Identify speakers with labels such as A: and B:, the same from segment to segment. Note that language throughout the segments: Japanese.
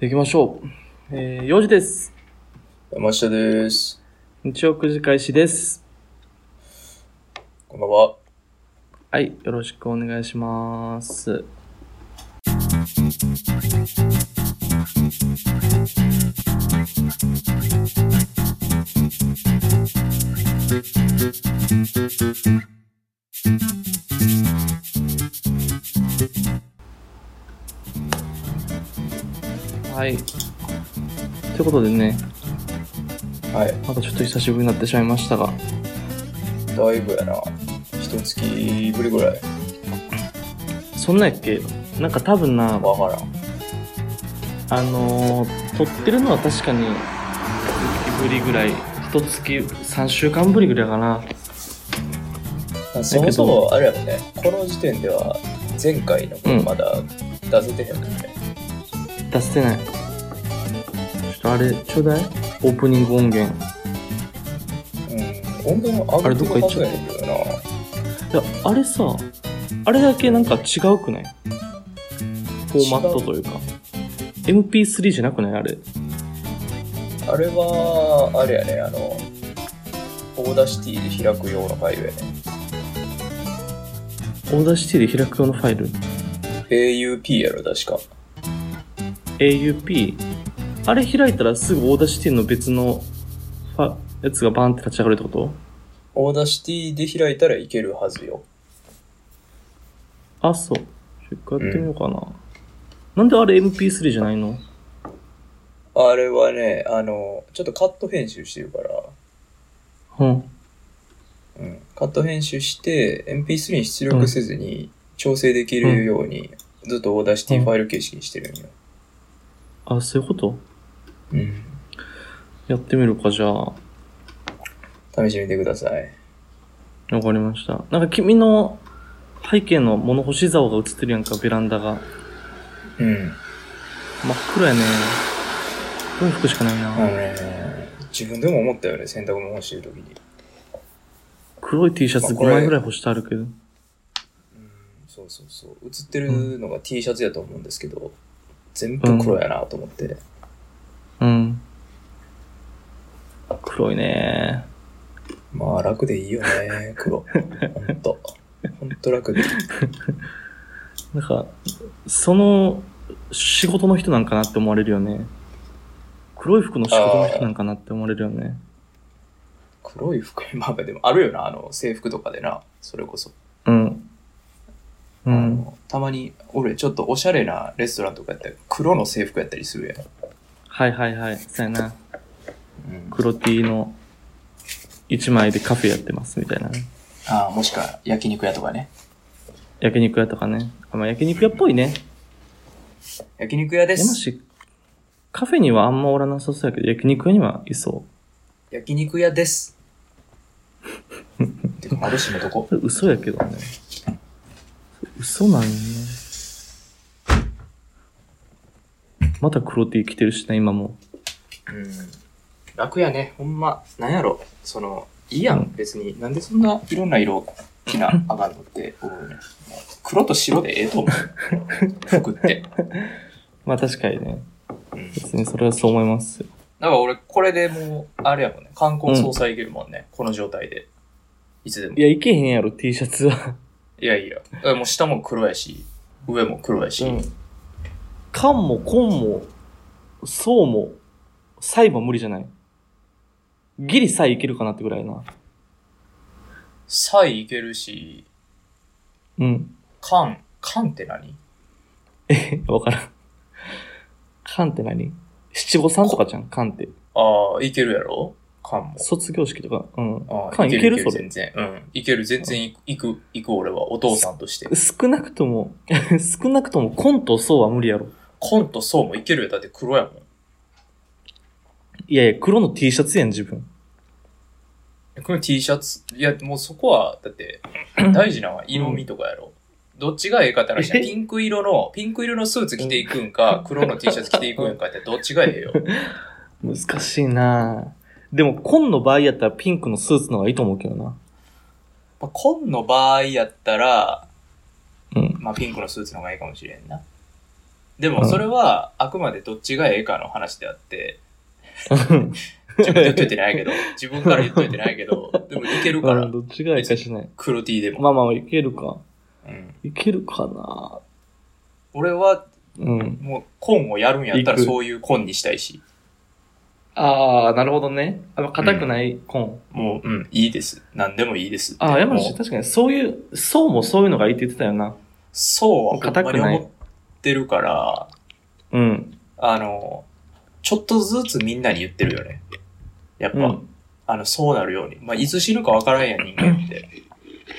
A: 行きましょう。えー、4時です。
B: 山下です。
A: 日曜9時開始です。
B: こんばんは。
A: はい、よろしくお願いします。はい。ということでね、
B: はい。
A: またちょっと久しぶりになってしまいましたが、
B: だいぶやな。一月ぶりぐらい。
A: そんなんやっけなんか多分な、
B: わからん。
A: あのー、撮ってるのは確かに、一月ぶりぐらい、一月、3週間ぶりぐらいかな。
B: まあそもそも、あれやもんね、この時点では、前回の分まだ出せてへんもんね。
A: 出せてない。ちょっとあれ、ちょうだいオープニング音源。
B: うん。音源は
A: あ
B: 上げてるはずや
A: れどっか行っちゃった
B: ねんけどな。
A: いや、あれさ、あれだけなんか違うくないフォーマットというか。MP3 じゃなくないあれ。
B: あれは、あれやね、あの、オーダーシティで開く用のファイルやね。
A: オーダーシティで開く用のファイル。
B: AUP やろ、確か。
A: aup あれ開いたらすぐオーダーシティの別のファやつがバーンって立ち上がるってこと
B: オーダーシティで開いたらいけるはずよ。
A: あそうちょっとやってみようかな、なんであれ MP3 じゃないの
B: あれはね、あの、ちょっとカット編集してるから、
A: うん
B: うん、カット編集して MP3 に出力せずに調整できるようにずっとオーダーシティファイル形式にしてるんよ。
A: あそういうこと
B: うん。
A: やってみるかじゃあわ
B: 試してみてください。
A: かりましたなんか君の背景の物干し竿が映ってるやんかベランダが
B: うん。
A: 真っ暗やね黒い服しかないな、
B: あのね、自分でも思ったよね、洗濯物干してる時に。
A: 黒い T シャツ
B: ま
A: 5
B: あこれ
A: 枚ぐらい干してあるけど
B: そうそうそう。映ってるのが T シャツやと思うんですけど、全部黒やなと思って。
A: うん黒いね
B: まあ楽でいいよね、黒。ほんと。ほんと楽でいい。
A: なんか、その仕事の人なんかなって思われるよね。黒い服の仕事の人なんかなって思われるよね。
B: 黒い服、まあまあでもあるよな、あの制服とかでな、それこそ。
A: うん。う
B: あ
A: ん。
B: のたまに俺ちょっとおしゃれなレストランとかやったら黒の制服やったりするや
A: はいはいはい。そうやな。
B: ん、
A: 黒 T の一枚でカフェやってますみたいなね。
B: ああもしくは焼肉屋とかね
A: 焼肉屋とかね。あまあ、焼肉屋っぽいね。
B: 焼肉屋で
A: でも
B: す
A: し、カフェにはあんまおらなさそうやけど、焼肉屋にはいそ
B: 焼肉屋ですてか窓閉めとこ
A: う。それ嘘やけどね。嘘なんよね。また黒 T 着てるしな、今も。
B: うん楽やねほんまなんやろそのいいやん、
A: うん
B: 別になんでそんないろんな色着なあがんのって思うねもう黒と白でええと思う服って、
A: まあ確かにね。
B: うん、
A: 別にそれはそう思いますよ。
B: だから俺、これでもう、あれやもんね。観光総裁いけるもんね。この状態で。いつでも。
A: いや、いけへんやろ、T シャツは。
B: いやいや。だからもう下も黒やし、上も黒やし。
A: うん。缶も紺も、層も、サイも無理じゃないギリさえいけるかなってぐらいな。
B: サイいけるし、
A: うん。
B: カン。カンって何
A: え、わからん。缶って何七五三とかじゃん、缶って。
B: ああ、いけるやろカンも。
A: 卒業式とか。うん
B: あ。ー
A: 缶いけるそれ
B: 全。然。うん。いける、全然いく、いく、いく俺は。お父さんとして。
A: 少なくとも、 少なくともコンと層は無理やろ。
B: コンとソウもいけるよ。だって黒やもん。
A: いやいや、黒の T シャツやん、自分。
B: この T シャツ。いや、もうそこは、だって、大事なのは色味とかやろ。どっちがええかって話や
A: え
B: ピンク色の、ピンク色のスーツ着ていくんか、黒の T シャツ着ていくんかって、どっちがえ えよ。
A: 難しいなぁでも、紺の場合やったらピンクのスーツの方がいいと思うけどな。
B: まあ、紺の場合やったら、
A: うん。
B: まあ、ピンクのスーツの方がいいかもしれんな。で
A: う
B: も
A: ん
B: それはあくまでどっちがええかの話で あって、自分で言っといてないけど、自分から言っといてないけど、でもいけるか
A: う
B: ら
A: ん、、どっちがいいかしない。
B: 黒 T でも。
A: まあまあ、いけるか。
B: うん、
A: いけるかな。
B: 俺は
A: うん。
B: もう、紺をやるんやったら
A: 行く
B: そういう紺にしたいし、
A: ああ、なるほどね。あの、硬くないコーン。
B: もう、うん、いいです。何でもいいですって。
A: ああ、山
B: もう
A: 梨、確かにそういう、層もそういうのがいいって言ってたよな。
B: そうはほんまに思ってるから、
A: うん。
B: あの、ちょっとずつみんなに言ってるよね。やっぱ、
A: うん。
B: あの、そうなるように。まあ、いつ死ぬかわからんやん、人間って。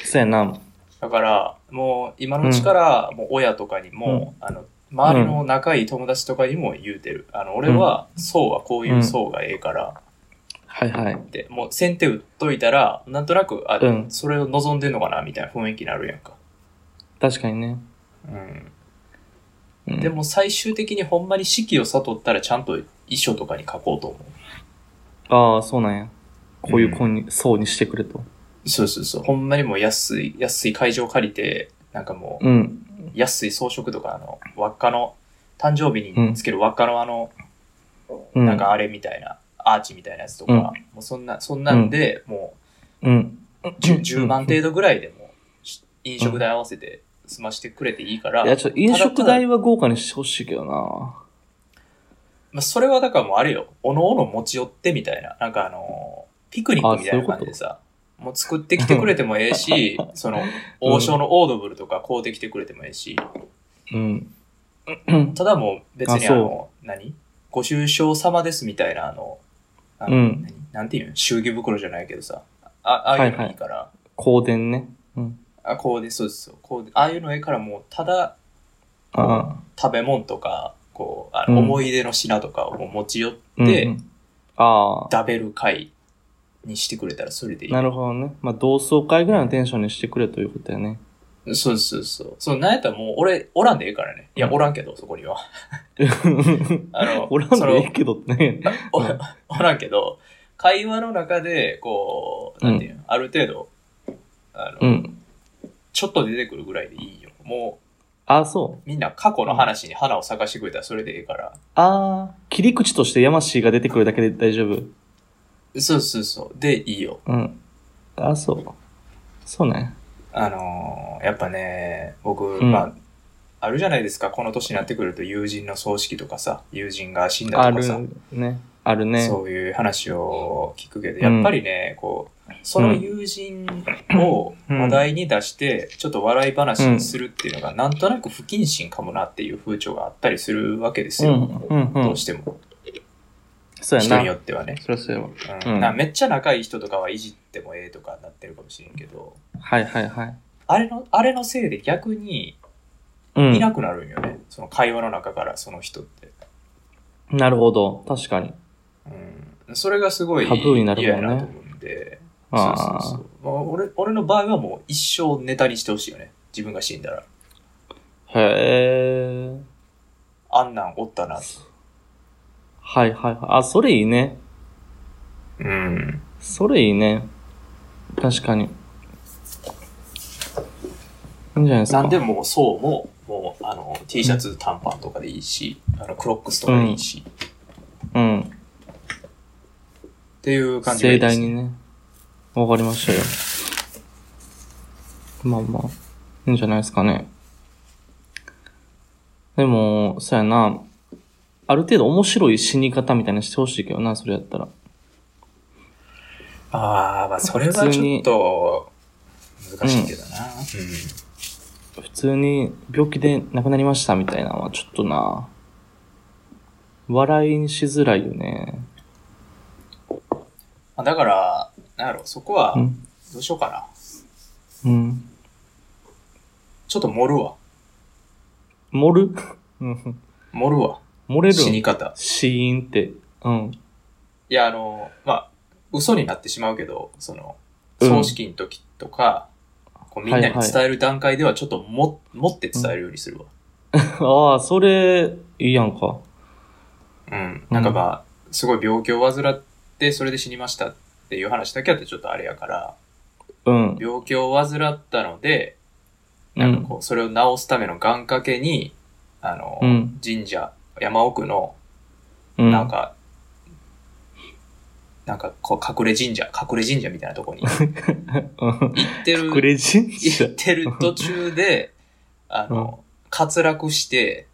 A: そうやな。
B: だから、もう、今のうちから、もう親とかにも、あの、周りの仲いい友達とかにも言うてる。あの、俺は、そうはこういう層がええから、
A: はいはい。
B: って、もう先手打っといたら、なんとなく、あ、
A: うん
B: それを望んでんのかな、みたいな雰囲気になるやんか。
A: 確かにね。
B: うん。
A: うん、
B: でも最終的にほんまに四季を悟ったらちゃんと遺書とかに書こうと思
A: ああ、そうなんや。こういうコーンに、層にしてくれと。
B: う。そうそうそう。ほんまにもう安い、安い会場借りて、なんかもう、
A: うん。
B: 安い装飾とか、あの、輪っかの、誕生日につける輪っかのあの、
A: うん。
B: なんかあれみたいな、アーチみたいなやつとか、
A: うん
B: もうそんな、そんなんで、も
A: うん。
B: う10、
A: う
B: 10
A: ん
B: 万程度ぐらいでも、し飲食代合わせて済ましてくれていいから、
A: いや、ちょっと飲食
B: ただただ
A: 代は豪華にしてほしいけどな。
B: まあ、それはだからもうあれよ、おのおの持ち寄ってみたいな、なんかあのーピクニックみたいな感じでさ、もう作ってきてくれてもえ えし、その、王将のオードブルとか買うてきてくれてもええし、
A: うん。
B: ただもう別にあ
A: あ
B: の、何ご愁傷様ですみたいな、あの、あの
A: うん
B: 何なんていうん祝儀袋じゃないけどさ、あああいうのいいから、
A: 香典ね。うん。
B: あ、こうで、そうですよ。こうで、ああいうのええからもう、ただ
A: あ
B: 食べ物とか、こう、あの
A: うん
B: 思い出の品とかを持ち寄っ
A: あ。
B: て、
A: うんうんあ
B: 食べる会にしてくれたらそれでい
A: あ。なるほどね。まあ、同窓会ぐらいのテンションにしてくれということやね。
B: い。そうそうそう。そう、なんやったらもう俺、おらんでええからね。いや、
A: うん
B: おらんけど、そこには。あ の、
A: おらん
B: そ
A: で
B: の
A: いいけどってね。
B: お おらんけど、会話の中で、こう、なんていうの、ある程度、あの、
A: うん。
B: ちょっと出てくるぐらいでいいよ。も
A: ああ、そう
B: う、。みんな過去の話に花を咲かしてくれたらそれでええから。
A: ああ。切り口としてヤマシーが出てくるだけで大丈夫。
B: そうそうそう。で、いいよ。
A: うん。あ、そう。そうね。
B: あのーやっぱね、僕、
A: ん
B: まあ、あるじゃないですか、この年になってくると友人の葬式とかさ、友人が死んだ
A: あ
B: とかさ、
A: るね。あるね。
B: そういう話を聞くけど、
A: うん
B: やっぱりね、こう、その友人を
A: うん
B: 話題に出して、ちょっと笑い話にするっていうのが、なんとなく不謹慎かもなっていう風潮があったりするわけです
A: うん。
B: よ。
A: うん。う
B: ど
A: ん
B: う。しても。
A: そうや
B: 人によ
A: な。
B: ってはね。
A: そりゃそうやわ。
B: うん
A: うん
B: なめっちゃ仲いい人とかはいじってもええとかなってるかもしれんけど、
A: はいはいはい。
B: あれの、あれのせいで逆に
A: う。
B: いなんくなるんよね。その会話の中から、その人って。
A: なるほど。確かに。
B: うん。それがすごい
A: タブーになるもん
B: 嫌
A: ね
B: やなと思うんで。そうそ
A: あ
B: うそ
A: あ
B: う。まあ、俺俺の場合はもう一生ネタにしてほしいよね。自分が死んだら。。
A: へえ。
B: あんなんおったなって。
A: はいはいはい。あ、それいいね。
B: うん。
A: それいいね。確かに。いいんじゃないですか。
B: なんでもそうも、もうあの T シャツ短パンとかでいいし、あのクロックスとかでいいし、っ
A: うん。
B: ていう感じが
A: 盛
B: いいで
A: 大
B: す、
A: に
B: ね。
A: ね。わかりましたよ。まあまあ、いいんじゃないですかね。でも、そうやな。ある程度面白い死に方みたいなのしてほしいけどな、それやったら。
B: ああ、まあそれは
A: 普通
B: ちょ
A: に
B: っと難しいけどな。
A: 普通に病気で亡くなりましたみたいなのはちょっとな。笑いにしづらいよね。
B: まあだから、なんやろ、そこは
A: うん。
B: どうしようかな。
A: うん。
B: ちょっと盛るわ。
A: 盛 るうん。
B: 盛るわ。
A: 盛れる
B: 死に
A: ん
B: 方。
A: 死因って。うん。
B: いや、あの、まあ、嘘になってしまうけど、その、
A: うん
B: 葬式の時とか、こうみんな
A: はい
B: に
A: はい
B: 伝える段階ではちょっとも、持って伝えるようにするわ。
A: ああ、それ、いいやんか。
B: うん。なんかまあ、すごい病気を患って、それで死にましたっていう話だけあってちょっとあれやから、
A: うん。
B: 病気を患ったので、
A: うん。
B: こうそれを治すための願掛けに、あの、
A: うん
B: 神社、山奥の、
A: うん。
B: なんか、なんかこう隠れ神社、隠れ神社みたいなとこに行
A: うん、
B: ってる、
A: 隠れ神社
B: 行っ。てる途中で、あの、滑落して、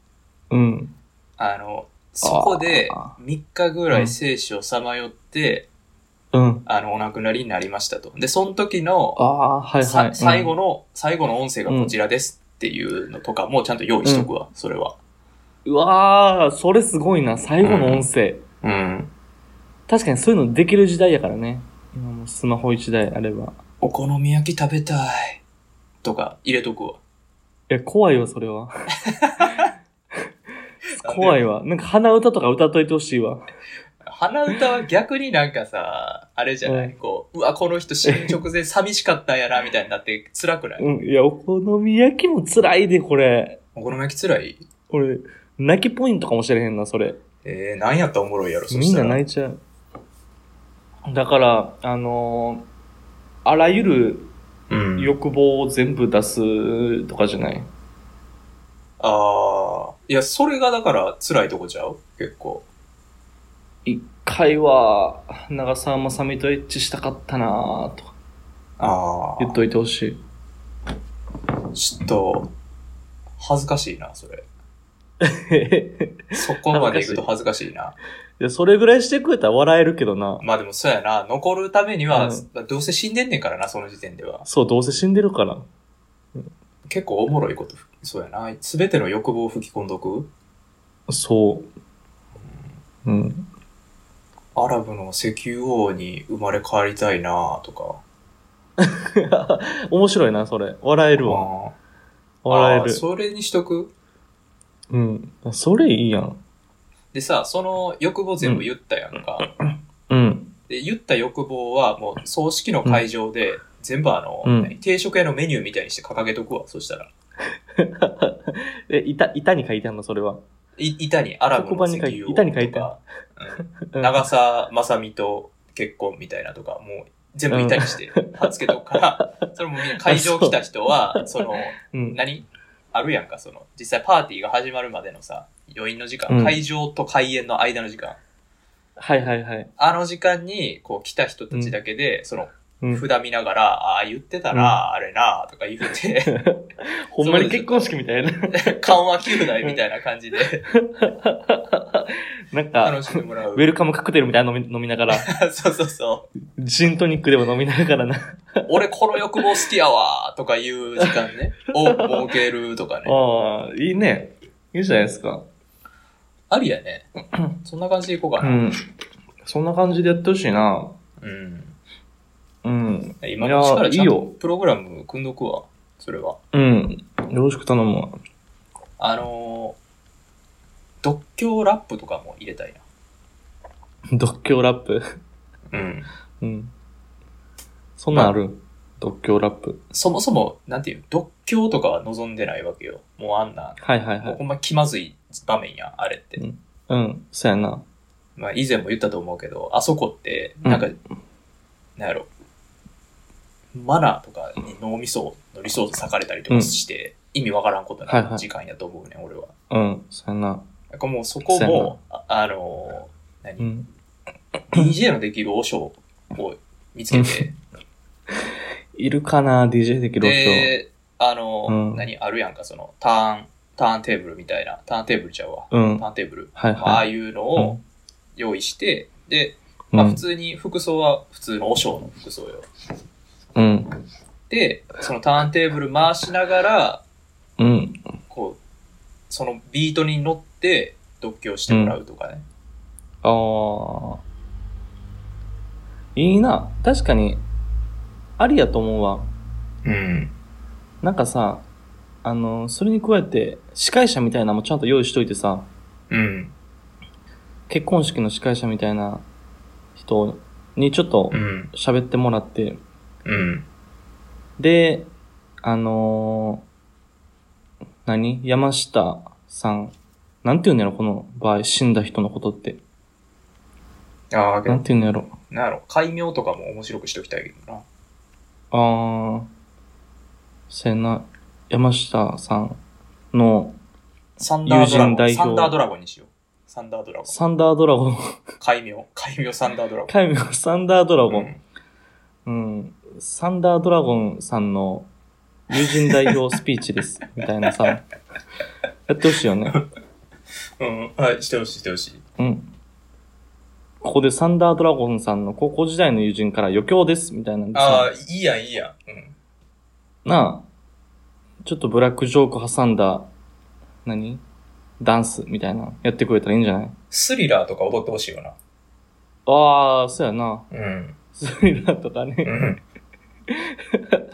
A: うん。
B: あの、そこで
A: あ
B: 3日ぐらい生死をさまよって、
A: うん。
B: あの、お亡くなりになりましたと。で、その時の
A: あ、あ、はい
B: さ
A: はい。
B: 最後の、最後の音声がこちらですっていうのとかもちゃんと用意しとくわ、それは。
A: うん。うわー、それすごいな。最後の音声。
B: うん。
A: 確かにそういうのできる時代やからね。今もうスマホ一台あれば。
B: お好み焼き食べたい。とか入れとくわ。
A: いや、怖いわ、それ は。怖いわ。なんか鼻歌とか歌っといてほしいわ。
B: 鼻歌は逆になんかさ、あれじゃない、
A: うん
B: こう、うわ、この人死ぬ直前寂しかったんやな、みたいになって辛くない、
A: うん。いや、お好み焼きも辛いで、これ。
B: お好み焼き辛い
A: 俺、泣きポイントかもしれへんな、それ。
B: えー、なんやったらおもろいやろ、そ
A: み
B: し
A: ん
B: た
A: な
B: ら。
A: 泣いちゃう。だから、あのーあらゆる
B: うん。
A: 欲望を全部出すとかじゃない。
B: ああ、いや、それがだから辛いとこちゃう結構。
A: 一回は、長澤まさみとエッチしたかったなーとか
B: あ
A: 言っといてほ しい。
B: ちょっと、恥ずかしいな、それ。そこまで行くと恥ずかしいな。
A: いや、それぐらいしてくれたら笑えるけどな。
B: まあでもそうやな、残るためには、
A: う
B: どうせ死んでんねんからな、その時点では。
A: そう、どうせ死んでるから。
B: 結構おもろいこと、そうやな。すべての欲望を吹き込んどく
A: そう。うん。
B: アラブの石油王に生まれ変わりたいなとか。
A: 面白いな、それ。笑えるわ。
B: あー
A: 笑え
B: あー
A: る。
B: それにしとく
A: うん。それいいやん。
B: でさ、その欲望全部言ったやんか。
A: うん。
B: で、言った欲望は、もう、葬式の会場で、全部あの、
A: うん
B: 何定食屋のメニューみたいにして掲げとくわ、そしたら。
A: え、板、板に書いてあんの、それは。
B: い板に、アラブの石油王
A: 黒板に書い
B: と
A: て
B: か、
A: う
B: うんん、長澤まさみと結婚みたいなとか、もう、全部板に して、貼っつけとくから、それもみんな会場来た 人は、その、
A: うん。
B: 何あるやんか、その、実際パーティーが始まるまでのさ、余韻の時間、
A: うん
B: 会場と開演の間の時間、
A: はいはいはい。
B: あの時間に、こう、来た人たちだけで、その、
A: うん。
B: 札見ながら、ああ、言ってたな、あれな、とか言って、
A: ほんまに結婚式みたいな。
B: 緩和球代みたいな感じで
A: なんか
B: 楽、しんでもらう
A: ウ。ェルカムカクテルみたいなの飲み飲みながら、
B: そうそうそ
A: ジントニックでも飲みながら な。
B: う。俺この欲望好きやわとかいう時間 ね。を設けるとかね。
A: ああ、いいね。いいじゃないですか。
B: ありやね。そんな感じでいこうか
A: う
B: な。
A: ん。そんな感じでやってほしいな。
B: うん。
A: うん。
B: 今のうちからちゃん
A: いやいい
B: と
A: よ
B: プログラム組んどくわ。それは。
A: うん。よろしく頼むわ。
B: あのー、独協ラップとかも入れたい
A: 独協ラップ。
B: な。うん。
A: うん。そんなんある独協ラップ。
B: そもそも、なんていう、独協とかは望んでないわけよ。もうあんな、
A: はいはいは
B: もう
A: い。
B: ほんま気まずい場面やん、あれって。
A: うん。そうやな。
B: まあ以前も言ったと思うけど、あそこって、なんか、
A: う
B: なんやろ、マナーとかに脳みそのリソース割かれたりとかして、意味わからんこと
A: はいは
B: ない時間やと思うね、俺は。
A: うん。そうやな。
B: なんかもうそこ
A: そうやな
B: も、ああのー、
A: う
B: 何、
A: ん。
B: DJ のできる和尚を見つけて、
A: いるかな ?DJ できる人。
B: で、あのー、
A: うん
B: 何あるやんか、その、ターン、ターンテーブルみたいな、ターンテーブルちゃうわ。
A: うん。
B: ターンテーブル。
A: はい
B: まあああ
A: はい。
B: いうの
A: う
B: を用意して、で、
A: う
B: まあ普
A: ん。
B: 通に服装は普通の和尚の服装よ。
A: うん。
B: で、そのターンテーブル回しながら、
A: うん。
B: こう、そのビートに乗って、読経してもらうとかね。
A: ああ。いいな。確かに、ありやと思うわ。
B: うん。
A: なんかさ、あの、それに加えて、司会者みたいなのもちゃんと用意しといてさ、
B: うん。
A: 結婚式の司会者みたいな人にちょっと
B: うん。
A: 喋ってもらって、
B: うん。
A: で、あのー何山下さん。なんて言うんやろこの場合、死んだ人のことって。
B: ああ、け
A: な
B: ど
A: んて言うんやろ
B: なんやろ、改名とかも面白くしときたいけどな。
A: あー、せやな、山下さんの、
B: サンダードラ
A: 友人
B: ゴ
A: 代表
B: ン。サンダードラゴンにしよう。サンダードラゴン。
A: サンダードラゴン、
B: 改名。改名サンダードラゴン。
A: 海名サンダードラゴ
B: う
A: ン、
B: ん
A: うん。サンダードラゴンさんの友人代表スピーチ です。みたいなさ。やってほしいよね。
B: うん。はい、してほしい、してほしい。
A: うん。ここでサンダードラゴンさんの高校時代の友人から余興です。みたいなんで
B: ああ
A: さ。、
B: いいやん、いいやん。うん。
A: なあ、ちょっとブラックジョーク挟んだ、何ダンスみたいな。やってくれたらいいんじゃない
B: スリラーとか踊ってほしいよな。
A: ああ、そうやな。
B: うん。
A: スリラーとか
B: う
A: ね。
B: ん。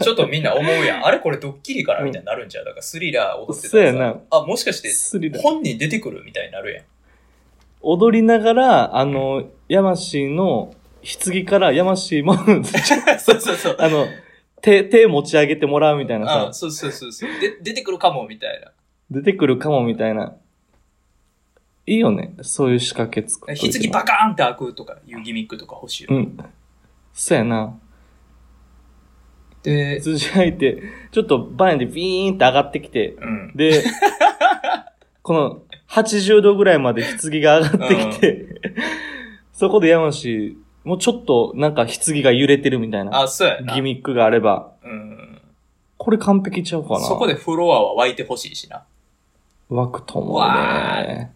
B: ちょっとみんな思うやん。あれこれドッキリからみたいになるんちゃうだからスリラー踊ってたら
A: そうやな
B: さ。あ、もしかして
A: スリラー。
B: 本人出てくるみたいになるやん。
A: 踊りながら、あの、ヤマシーの棺からヤマシーも、
B: そうそうそう。
A: あの、手、手持ち上げてもらうみたいなさ、
B: あそうそうそうそう。で、出てくるかもみたいな。
A: 出てくるかもみたいな。いいよね。そういう仕掛け作っといて
B: 棺バカーンって開くとかいうギミックとか欲しいよ。
A: うん。そうやな。
B: で、
A: 羊開いて、ちょっとバネでビーンって上がってきて、
B: うん。
A: で、この80度ぐらいまで棺が上がってきて、そこで山氏、もうちょっとなんか棺が揺れてるみたいな
B: あ、そうやな。
A: ギミックがあれば、
B: うん。
A: これ完璧ちゃうかな。
B: そこでフロアは湧いてほしいしな。
A: 湧くと思う
B: わ
A: ね。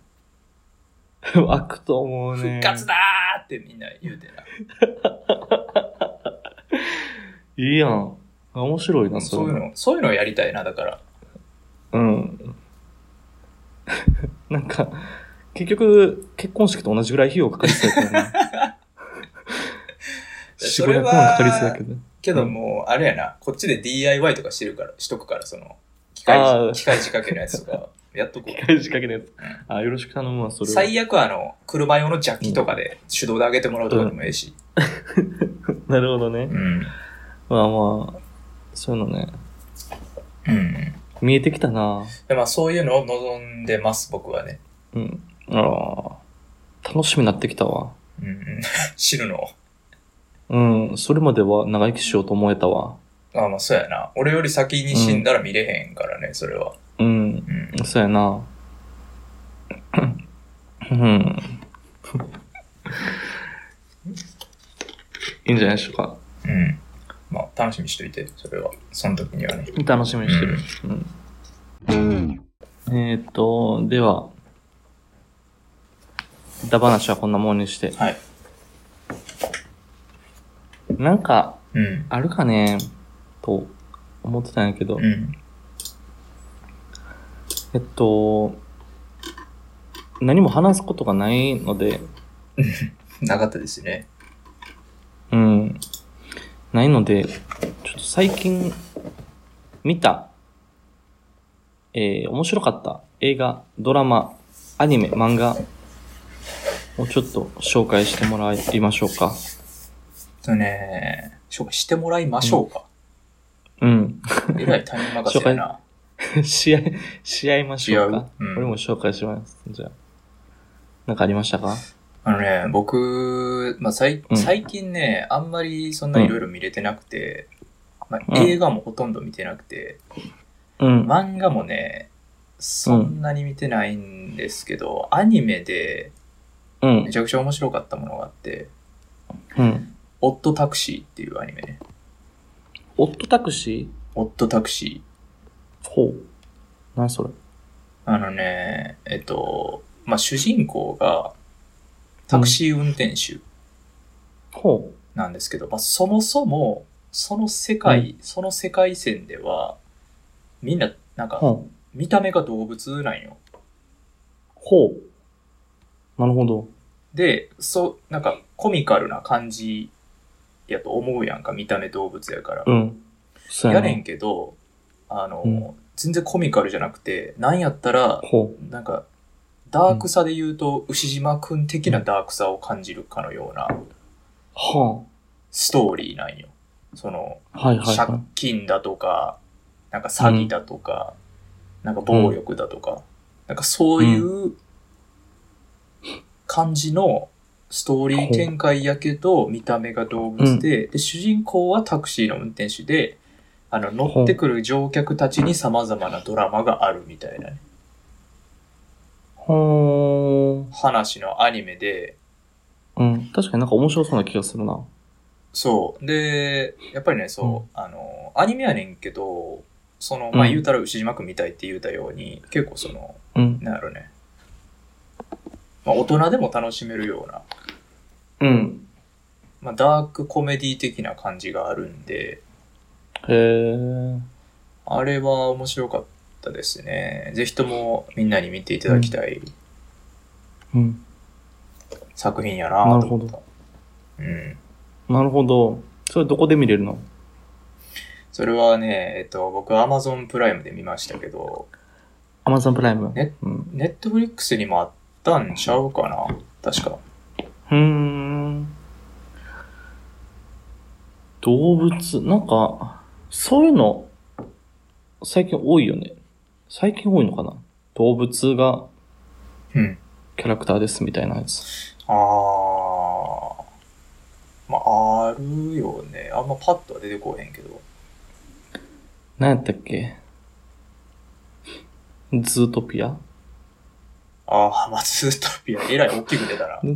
A: 湧くと思うね。
B: 復活だーってみんな言うてな。
A: いいやん。面白いな、
B: そう
A: れ
B: いうの、そういうのをやりたいな、だから。
A: うん。 なんか、結局、結婚式と同じぐらい費用かかりそうやけど な。4、
B: そ
A: 500
B: れ
A: 万
B: は
A: かかりそうやけど。
B: けどもう、あれやな、こっちで DIY とかしてるから、しとくから、その、機械
A: あー、
B: 機械仕掛けのやつとか、やっとこ
A: 機
B: う。
A: 械仕掛けのやつ。あ、よろしく頼むわ、それは。
B: 最悪あの、車用のジャッキとかで手動で上げてもらうとかでもええし。
A: なるほど
B: う
A: ね。
B: ん。
A: まあまあ、そういうのね。
B: うん。
A: 見えてきたな
B: で、まあそういうのを望んでます、僕はね。
A: うん。ああ、楽しみになってきたわ。
B: うんうん、 知るのを。
A: うん、それまでは長生きしようと思えたわ。
B: あまあそうやな。俺より先に死んだら見れへんからね、それは。
A: うん。
B: うん。
A: そうやな。うん。 いいんじゃないでしょうか。
B: うん。まあ楽しみにしといて、それは。その時にはね。
A: 楽しみにしてる。うんえっ、ー、と、では、だ話はこんなもんにして。
B: はい。
A: なんか、
B: うん。
A: あるかねと思ってたんやけど、
B: うん。
A: えっと、何も話すことがないので、
B: なかったですね。
A: うん。ないので、ちょっと最近見た、えー、面白かった映画、ドラマ、アニメ、漫画をちょっと紹介してもらいましょうか。
B: とね、紹介してもらいましょうか。
A: うん。
B: えらい他人任せやな。
A: 試合、試合ましょうか。
B: 試合うん
A: 俺も紹介します。じゃあ。なんかありましたか
B: あのね、僕、まあ最
A: うん
B: 最近ね、あんまりそんないろいろ見れてなくて、ま
A: う
B: あ、
A: ん
B: 映画もほとんど見てなくて、
A: うん。
B: 漫画もね、そんなに見てないんですけど、アニメで
A: うん
B: め。ちゃくちゃ面白かったものがあって、
A: うん。
B: オットタクシーっていうアニメね。
A: オットタクシ
B: オットタクシ
A: ーほう。何それ
B: ー。あのね、えっと、まあ、主人公がタクシー運転手
A: ほ
B: なんですけど、まあ、そもそも、その世界、その世界線では、みんな、なん
A: う。
B: か、
A: ほう。
B: 見た目が動物なんよ。
A: ほう。なるほど。
B: で、そう、なんか、コミカルな感じやと思うやんか、見た目動物やから。
A: うん。そう
B: や
A: な
B: れんけど、あの、
A: うん
B: 全然コミカルじゃなくて、なんやったら、
A: ほう。
B: なんか、ダークさで言うと、牛島くん的なダークさを感じるかのような
A: は
B: ストーリーなんよ。その、
A: あ。はいはい
B: 借
A: は
B: 金だとか、なんか詐欺だとか、なんか暴力だとか、なんかそういうう感じのストーリー展開やけど、見た目が動物で、で、主人公はタクシーの運転手で、あの、乗ってくる乗客たちに様々なドラマがあるみたいなね。
A: い。ほーん。
B: 話のアニメで、
A: うん。確かになんか面白そうな気がするな。
B: そう。で、やっぱりね、そう、
A: うん
B: あの、アニメやねんけど、その、まあ、
A: うん
B: 言うたら牛島くんみたいって言うたように、結構その、
A: うん。
B: なんやろね、まあ、大人でも楽しめるような、
A: うん。
B: まあ、ダークコメディ的な感じがあるんで、
A: へー。
B: あれは面白かったですね。ぜひともみんなに見ていただきたい
A: うん。
B: 作品やなと思っ
A: なる
B: た。うん。
A: なるほど。それどこで見れるの
B: それはね、えっと、僕 Amazon プライムで見ましたけど、
A: アマゾンプライム。
B: え
A: うん。
B: Netflix にもあったんちゃうかな確か。
A: うーん。動物、なんか、そういうの、最近多いよね。最近多いのかな動物が
B: うん。
A: キャラクターですみたいなやつ。
B: あー。まあ、あるよね。あんまパッとは出てこうへんけど。
A: 何やったっけズートピア
B: あー、まあ、ズートピア、えらい大きく出 たな
A: ズ。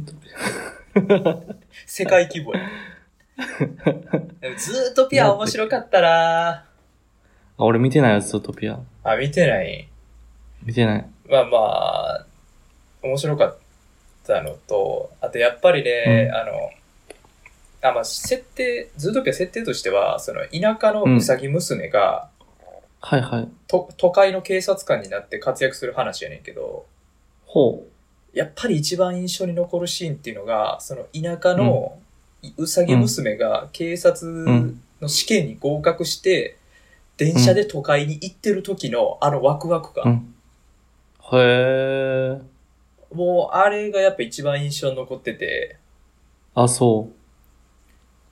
A: ートピ
B: 世界規 模や。でもズートピア面白かったな
A: アあ、俺見てないよ、ズートピア。
B: あ、見てない
A: 見てない。
B: まあまあ、面白かったのと、あとやっぱりね、
A: う
B: あの、あ、まあ、設定、ズートピア設定としては、その、田舎のうさぎ娘が、
A: はいはい。
B: と都会の警察官になって活躍する話やねんけど、
A: ほ
B: やっぱり一番印象に残るシーンっていうのが、その田舎のうさぎ娘が警察の試験に合格して、電車で都会に行ってる時のあのワクワク
A: う。う
B: 感。
A: ん。へー。
B: もうあれがやっぱ一番印象に残ってて、
A: あ、そ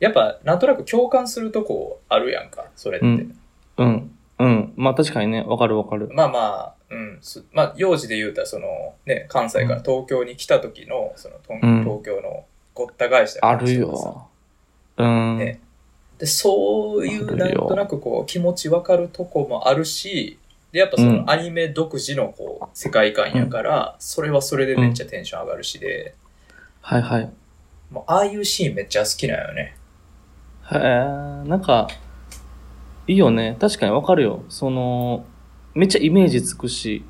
B: やっぱなんとなく共感するとこあるやんか、それって。
A: うんう。うん。うん。まあ確かにね、わかるわかる。
B: まあまあ、うん、すまあ、幼児で言うたら、その、ね、関西から東京に来た時の、その、とん
A: うん
B: 東京のごった返した
A: あ
B: 感
A: る
B: じとかさ
A: よ。うん。
B: ねで、そういう、
A: あ
B: なん
A: るよ
B: となくこう、気持ちわかるとこもあるし、で、やっぱそうの
A: ん
B: アニメ独自のこう、世界観やから、それはそれでめっちゃテンション上がるしで、
A: はいはい。へ
B: もうああいうシーンめっちゃ好きなんよね。
A: え、なんか、いいよね。確かにわかるよ。その、めっちゃイメージつくし、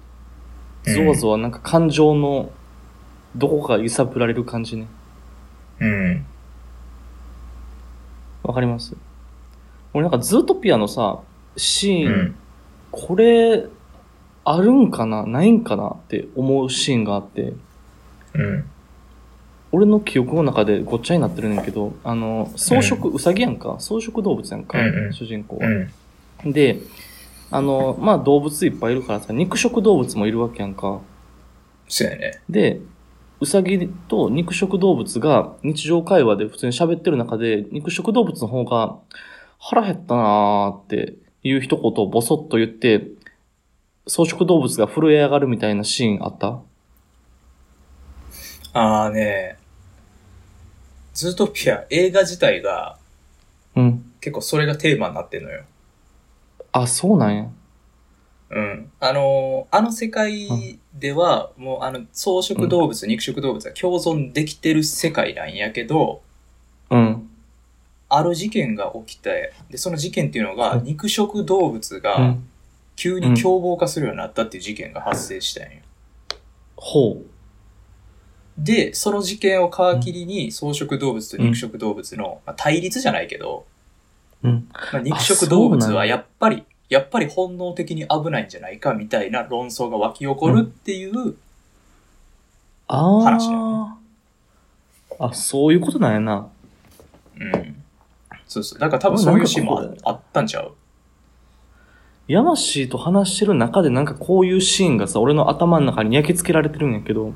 A: ゾワゾワなんか感情のどこか揺さぶられる感じね。
B: うん。
A: わかります俺なんかズートピアのさ、シ
B: う
A: ーン、
B: ん。
A: これ、あるんかなないんかなって思うシーンがあって、
B: うん。
A: 俺の記憶の中でごっちゃになってるねんけど、あの、草食、うさぎやんか草食動物やんか、
B: うんうん
A: 主人公は
B: う。ん。
A: で、あの、まあ、動物いっぱいいるからさ、肉食動物もいるわけやんか。
B: そうやね。
A: で、ウサギと肉食動物が日常会話で普通に喋ってる中で、肉食動物の方が腹減ったなーっていう一言をボソッと言って、草食動物が震え上がるみたいなシーンあった
B: ああね、ズートピア映画自体が
A: うん。
B: 結構それがテーマになってんのよ。
A: あ、そうなんや。
B: うん。あのーあの世界では、もうあの、草食動物、肉食動物が共存できてる世界なんやけど、
A: うん。
B: ある事件が起きて、で、その事件っていうのが
A: う、ん
B: 肉食動物
A: う
B: が
A: ん。
B: 急に凶暴化するようになったっていう事件が発生したんよ。
A: ほ
B: で、その事件を皮切りに、草食動物と肉食動物の、まあ、対立じゃないけど、
A: う。うん。
B: まあ、肉食動
A: そ
B: 物
A: うな
B: は
A: んや
B: やっぱり、やっぱり本能的に危ないんじゃないかみたいな論争が湧き起こるっていう、
A: あー。
B: 話だよ
A: あ、そういうことなんやな。
B: うん。そうそう。だから多分そういうシーンもああったんちゃう
A: ヤマシーと話してる中でなんかこういうシーンがさ、俺の頭の中に焼き付けられてるんやけど、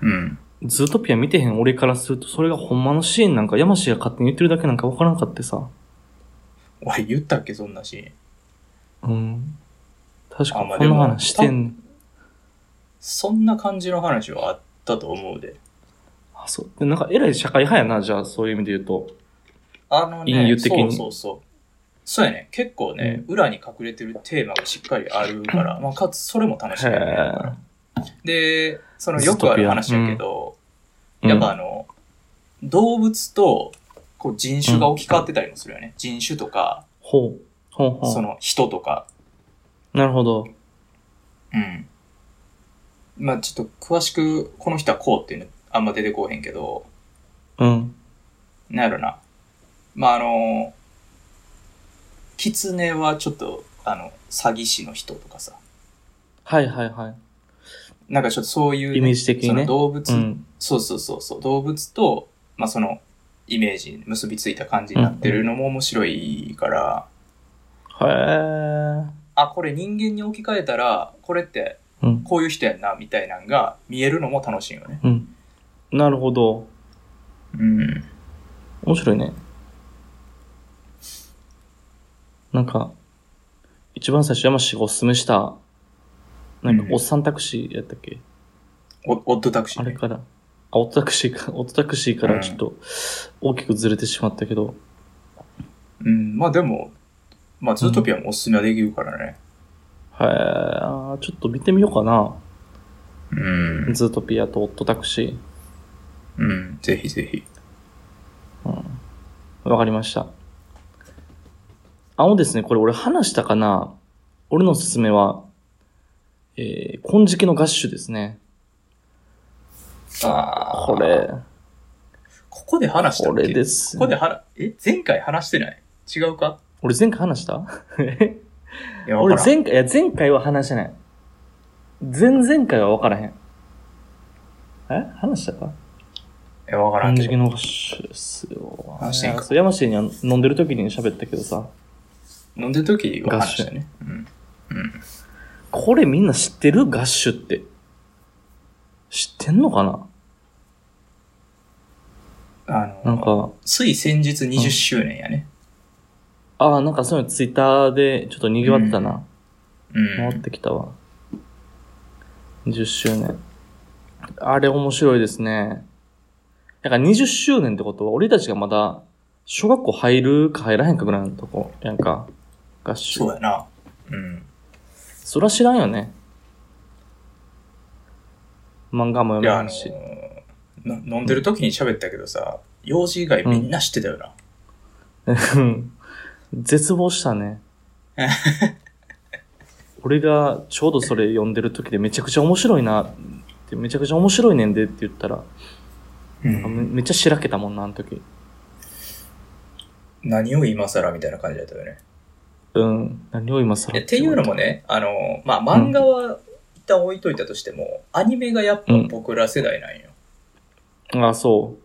B: うん。
A: ズートピア見てへん俺からすると、それがほんまのシーンなんか、ヤマシーが勝手に言ってるだけなんかわからんかってさ。
B: 俺言ったっけ、そんなシーン。
A: うん。確か
B: あまあ
A: こ
B: でも
A: の話してんねん。
B: そんな感じの話はあったと思うで。
A: あ、そう。で、なんかえらい社会派やな、じゃあ、そういう意味で言うと。
B: あの
A: 隠
B: ね、
A: 喩的
B: そう
A: に
B: そうそう。そうやね。結構ね、裏に隠れてるテーマがしっかりあるから、まあ、かつそれも楽しめるね。
A: へ
B: で、そのよくある話やけど、やっぱあの、動物とこう人種が置き換わってたりもするよね。人種とか、
A: ほう。ほうほう。
B: その人とか。
A: なるほど。
B: うん。まあちょっと詳しく、この人はこうっていうのあんま出てこうへんけど、
A: うん。
B: なんやろな。まああの、キツネはちょっと、あの、詐欺師の人とかさ。
A: はいはいは
B: なんかちょっとそういうね、
A: イメージ的にね
B: その動物
A: い。うん。
B: そうそうそうそう。動物と、まあ、その、イメージに結びついた感じになってるのも面白いから、
A: へえ。
B: あ、これ人間に置き換えたら、これって
A: うん。
B: こういう人やんな、みたいなんが見えるのも楽しいよね。
A: うん。なるほど。
B: うん。
A: 面白いね。なんか、一番最初山氏がおすすめした、なんか
B: う、ん
A: おっさんタクシーやったっけ、
B: オオッドタクシー
A: あ
B: ね、
A: れから。あ、オットタクシーか、オ ットタクシーからちょっと大きくずれてしまったけど、
B: うん。まあでも、まあ、ズートピアもおすすめはできるからね。
A: へえ、ちょっと見てみようかな。
B: うん。
A: ズートピアとオットタクシ
B: うん。ぜひぜひ。
A: ー。わかりました。あのですね、これ俺話したかな俺のおすすめは、えー、金色のガッシュですね。
B: あー
A: こ。れ、
B: ここで話した
A: こ
B: っけ
A: れです
B: こ
A: ね。
B: こで話、え、前回話してない違うか
A: 俺前回話した
B: いや、わ
A: 俺
B: からん。
A: 前回、いや前回は話してない。前々回は分からへん。え話したか
B: いや、わからん
A: 感
B: け
A: じ
B: ど。
A: のガッシュですよ。
B: 話してんか
A: いやそう山氏には飲んでる時に喋ったけどさ、
B: 飲んでる時は話したね。うん。
A: これみんな知ってるガッシュって。知ってんのかな
B: あ
A: な
B: の、
A: んか、
B: つい先日20周年やね。
A: ああ、なんかそういうのツイッターでちょっと賑わってたな。
B: うん。
A: 回ってきたわ。20周年。あれ面白いですね。だから20周年ってことは、俺たちがまだ、小学校入るか入らへんかぐらいのとこ、やんか。合宿。
B: そうやな。うん。
A: そら知らんよね。漫画も
B: い
A: 読め
B: や、あ
A: へ
B: の
A: んし。
B: ーの飲んでる時に喋ったけどさ、用事以外みんな知ってたよな。
A: うん 絶望した ね。俺がちょうどそれ読んでる時でめちゃくちゃ面白いなって、めちゃくちゃ面白いねんでって言ったら、
B: うん
A: めめっちゃしらけたもんな、あの時。
B: 何を今更みたいな感じだったよね。
A: うん。何を今更
B: えっていうのも。ね、あのー、まあ、漫画は一旦置いといたとしても、アニメがやっぱ僕ら世代なんよ。
A: ああ、そ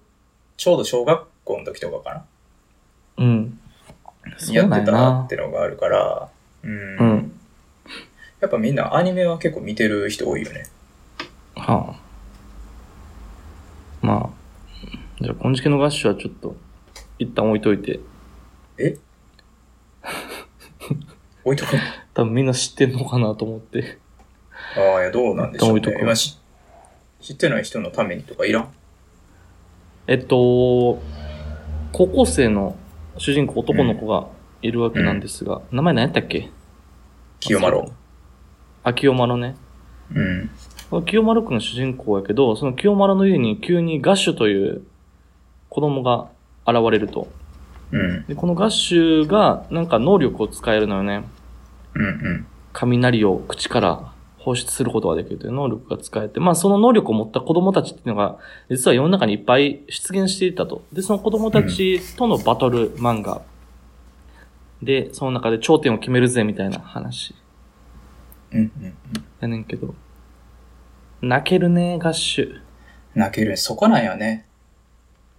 B: ちょうど小学校の時とかかな。
A: う。うん。
B: やってたな
A: な
B: ってのがあるから、うん。
A: うん。
B: やっぱみんなアニメは結構見てる人多いよね。
A: はあ。まあ。じゃあ、金色の合唱はちょっと、一旦置いといて。
B: 置いとくの
A: 多分みんな知ってんのかなと思って。
B: ああ、いや、どうなんでしょう、
A: 一旦置
B: ね
A: いとこ。う
B: 今し知ってない人のためにとかいらん
A: えっと、高校生の主人公男の子がいるわけなんですが、名前何やったっけ
B: 清丸。
A: あ、清丸ね。
B: うん。
A: この清丸くんが主人公やけど、その清丸の家に急にガッシュという子供が現れると。
B: うん。
A: で、このガッシュがなんか能力を使えるのよね。
B: うん。うん。
A: 雷を口から放出することができるという能力が使えて、まあその能力を持った子供たちっていうのが、実は世の中にいっぱい出現していたと。で、その子供たちとのバトル漫画。で、その中で頂点を決めるぜみたいな話。
B: うん。うん。
A: やねんけど。泣けるね、ガッシュ。
B: 泣ける。そこなんよね。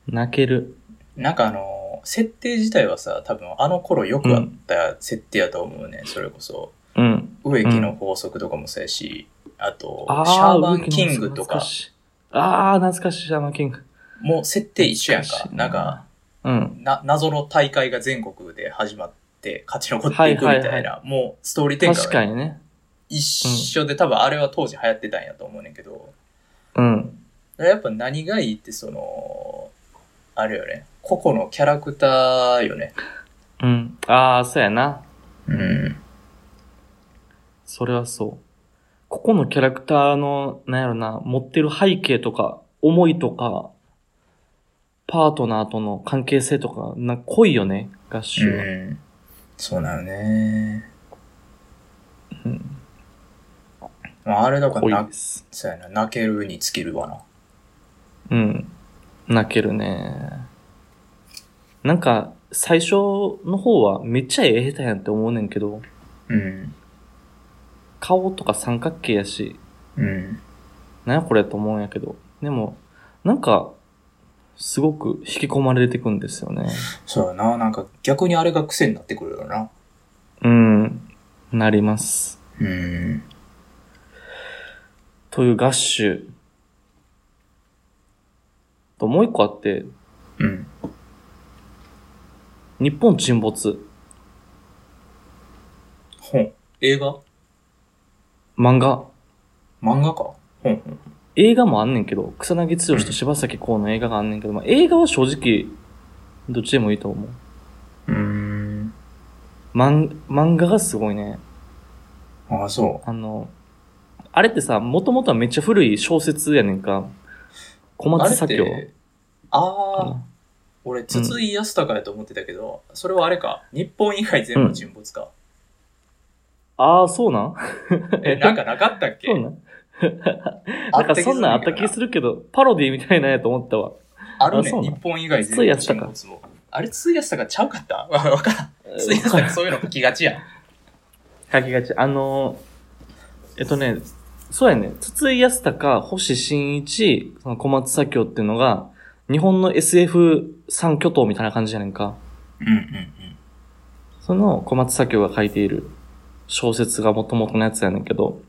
A: 泣ける。
B: なんかあのー、設定自体はさ、多分あの頃よくあった設定やと思うね。それこそ、
A: うん。
B: 植木の法則とかもそうやし、あと、
A: あ
B: シャーマ
A: ウ
B: ンキングと
A: 懐
B: か
A: か、しい。ああ、懐かしい、シャーマンキング。
B: もう設定一緒やんか。
A: 懐しい
B: なんか、、
A: うん。
B: な、謎の大会が全国で始まって、勝ち残っていくみたいな、
A: はいはいは
B: もうストーリー展
A: 確か
B: 開は
A: にね。
B: 一緒で、多分あれは当時流行ってたんやと思うねんけど、
A: うん。
B: やっぱ何がいいってその、あれよね。個々のキャラクターよね。
A: うん。ああ、そうやな。
B: うん。
A: それはそう。ここのキャラクターの、なんやろな、持ってる背景とか、思いとか、パートナーとの関係性とか、なんか濃いよね、合
B: う
A: 衆は。
B: ん。そうなのね。
A: うん
B: まあ、あれだから
A: 濃い
B: な
A: で、す。
B: そうやな、泣けるに尽きるわな。
A: うん。泣けるね。なんか、最初の方はめっちゃええ下手やんって思うねんけど、
B: うん。
A: 顔とか三角形やし、
B: うん。
A: なんやこれと思うんやけど。でも、なんか、すごく引き込まれてくんですよね。
B: そうやな、なんか逆にあれが癖になってくるよな。
A: うん。なります。
B: うん。
A: という合衆。と、もう一個あって、
B: うん。
A: 日本沈没、
B: 本。映画
A: 漫画。
B: 漫画か。本。ほん
A: 映画もあんねんけど、草薙剛と柴咲コウの映画があんねんけど、まあ、映画は正直、どっちでもいいと思う。
B: うん。
A: 漫漫画がすごいね。
B: ああ、そ
A: あの、あれってさ、もともとはめっちゃ古い小説やねんか。小
B: う。あ
A: 松
B: れっ
A: 左京か
B: て、ああ、
A: な。
B: 俺、筒井康隆やと思ってたけど、それはあれか。日本以外全部沈没か。
A: ああ、そうなん
B: え、なんかなかったっけ
A: そうなんなんかそんなんあった気す
B: る。
A: るけど、パロディみたいなんやと思ったわ。
B: あるね、
A: あそうなん
B: 日本以外全
A: 筒井
B: 部
A: 康
B: 沈
A: 隆
B: 没も。あれ、筒井康隆ちゃうかったわわからん。筒井康隆そういうの書きがちやん。
A: 書きがち。あのーえっとね、そうやね、筒井康隆、星新一、その小松左京っていうのが、日本の SF 三巨頭みたいな感じじゃねんか。
B: うんうんうん。
A: その小松左京が書いている小説がもともとのやつやねんけど、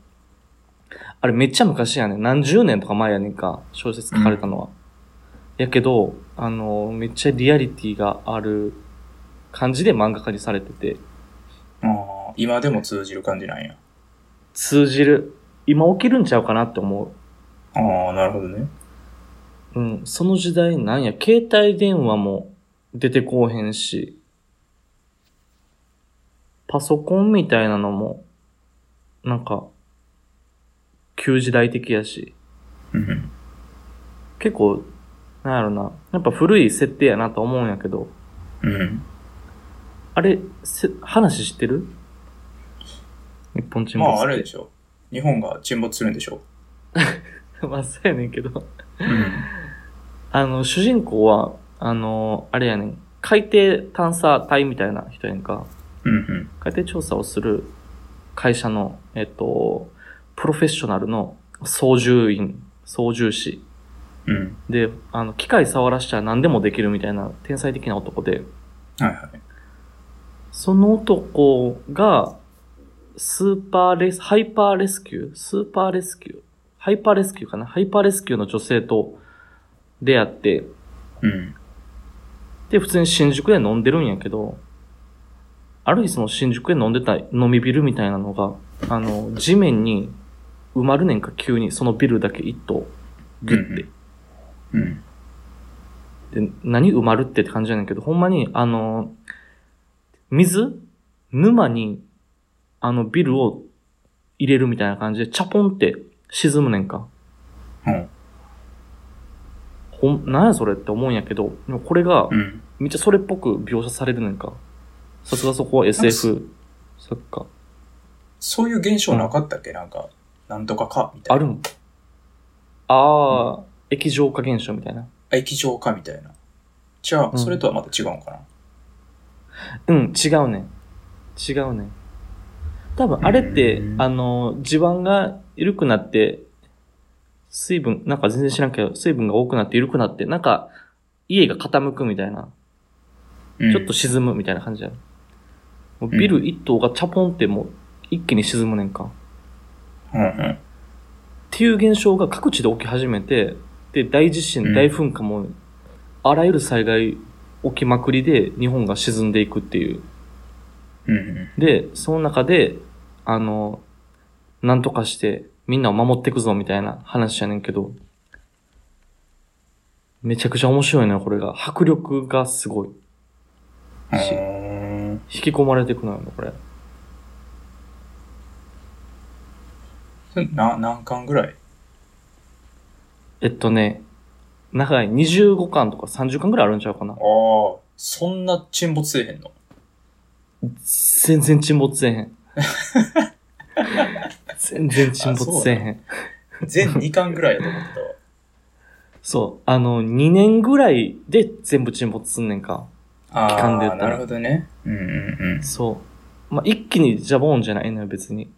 A: あれめっちゃ昔やねん。何十年とか前やねんか、小説書かれたのは。やけど、あのーめっちゃリアリティがある感じで漫画家にされてて、
B: ああ、今でも通じる感じなんや。
A: 通じる。今起きるんちゃうかなって思う。
B: ああ、なるほどね。
A: うん、その時代なんや、携帯電話も出てこうへんし、パソコンみたいなのも、なんか、旧時代的やし、
B: うん
A: 結構、なんやろな、やっぱ古い設定やなと思うんやけど、
B: うん。うん。
A: あれ、せ話してる日本沈
B: ま
A: 没って。
B: あ、あれでしょ。日本が沈没するんでしょ。
A: まあ、そうやねんけど。
B: うん。
A: あの、主人公は、あの、あれやねん、海底探査隊みたいな人やんか。
B: うん
A: 海底調査をする会社の、えっと、プロフェッショナルの操縦員、操縦士。
B: うん。うん。
A: で、あの、機械触らしたら何でもできるみたいな天才的な男で、
B: はいはい。
A: その男が、スーパーレス、ハイパーレスキュースーパーレスキューハイパーレスキューかなハイパーレスキューの女性と出会って、
B: うん。
A: で、普通に新宿で飲んでるんやけど、ある日その新宿で飲んでた飲みビルみたいなのが、あの、地面に埋まるねんか急にそのビルだけ一棟、ギュって。
B: うん。
A: で、何埋まるってって感じやねんけど、ほんまに、あの、水沼に、あのビルを入れるみたいな感じで、チャポンって沈むねんか。
B: うん。
A: ほん、なんやそれって思うんやけど、でもこれが
B: う、ん。
A: めっちゃそれっぽく描写されるねんか。さすがそこは SF 作家。
B: そういう現象なかったっけなんか、なんとかか、みたい
A: あ
B: な。
A: るんああ、液状化現象みたいな。
B: あ液状か、みたいな。じゃ
A: う
B: あ、
A: ん
B: それとはまた違うんかな。
A: うん、違うねん。違うねん。多分あれって、
B: うん
A: あの、地盤が緩くなって、水分、なんか全然知らんけど、水分が多くなって緩くなって、なんか、家が傾くみたいな、
B: うん
A: ちょっと、沈むみたいな感じや、もうビル一棟がチャポンってもう、一気に沈むねんか。
B: うんうん。
A: っていう現象が各地で起き始めて、で、大地
B: う
A: 震、
B: ん
A: 大噴火も、あらゆる災害起きまくりで日本が沈んでいくっていう。
B: うんうん。
A: で、その中で、あの、なんとかしてみんなを守っていくぞみたいな話やねんけど、めちゃくちゃ面白いね、これが。迫力がすごい。
B: う
A: し
B: ーん
A: 引き込まれていくのよね、これ。
B: それな、何巻ぐらい
A: えっとね、長い25巻とか30巻ぐらいあるんちゃうかな
B: あ。あ、そんな沈没せえへんの
A: 全然沈没せえへ ん。全然沈没せえへん。
B: 全2巻ぐらいやと思ってたわ。
A: そう。あの、2年ぐらいで全部沈没すんねんか。 期間で言
B: ああ、
A: った
B: な
A: ら
B: るほどね。うんうんうん。
A: そう。まあ、一気にジャボンじゃないのよ、別に。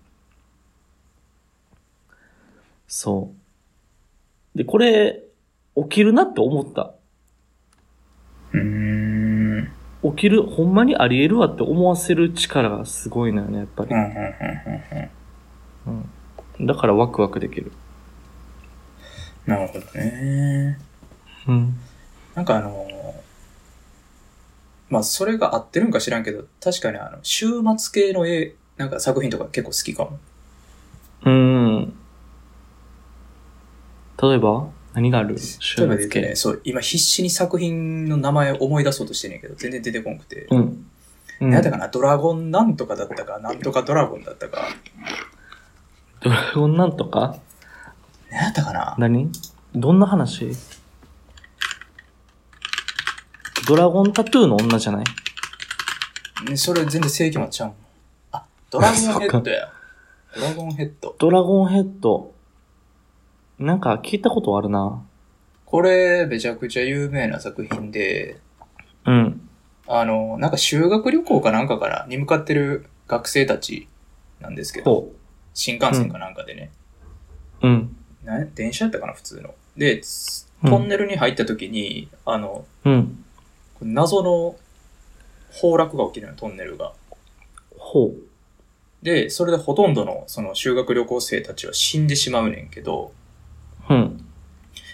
A: そう。で、これ、起きるなって思った。
B: うーん。
A: 起きる、ほんまにあり得るわって思わせる力がすごいのよね、やっぱ
B: う
A: り
B: んう。んうんうんうん。
A: だからワクワクできる。
B: なるほどね。
A: うん。
B: なんかあのまあ、それが合ってるんか知らんけど、確かにあの、週末系の絵、なんか作品とか結構好きかも。
A: うん。例えば何がある週
B: 例えば
A: 末
B: 言うとね、
A: 系。
B: そう、今必死に作品の名前を思い出そうとしてんねんけど、全然出てこんくて。
A: うん。うん
B: なんだかな、ドラゴンなんとかだったか、なんとかドラゴンだったか。
A: ドラゴンなんとか
B: なんやったかな
A: 何どんな話ドラゴンタトゥーの女じゃない
B: ねそれ全然正規もちゃうもん。あ、ドラゴンヘッド や。ドラゴンヘッド。
A: ドラゴンヘッド。なんか聞いたことあるな。
B: これ、めちゃくちゃ有名な作品で、
A: うん。
B: あの、なんか修学旅行かなんかからに向かってる学生たちなんですけど、
A: ほ
B: 新幹線かなんかでね、
A: う。うん。
B: な電車やったかな、普通の。で、つ
A: うん
B: トンネルに入った時に、あの、
A: うん。
B: 謎の崩落が起きるのよ、トンネルが。
A: ほう。
B: で、それでほとんどのその修学旅行生たちは死んでしまうねんけど、
A: うん。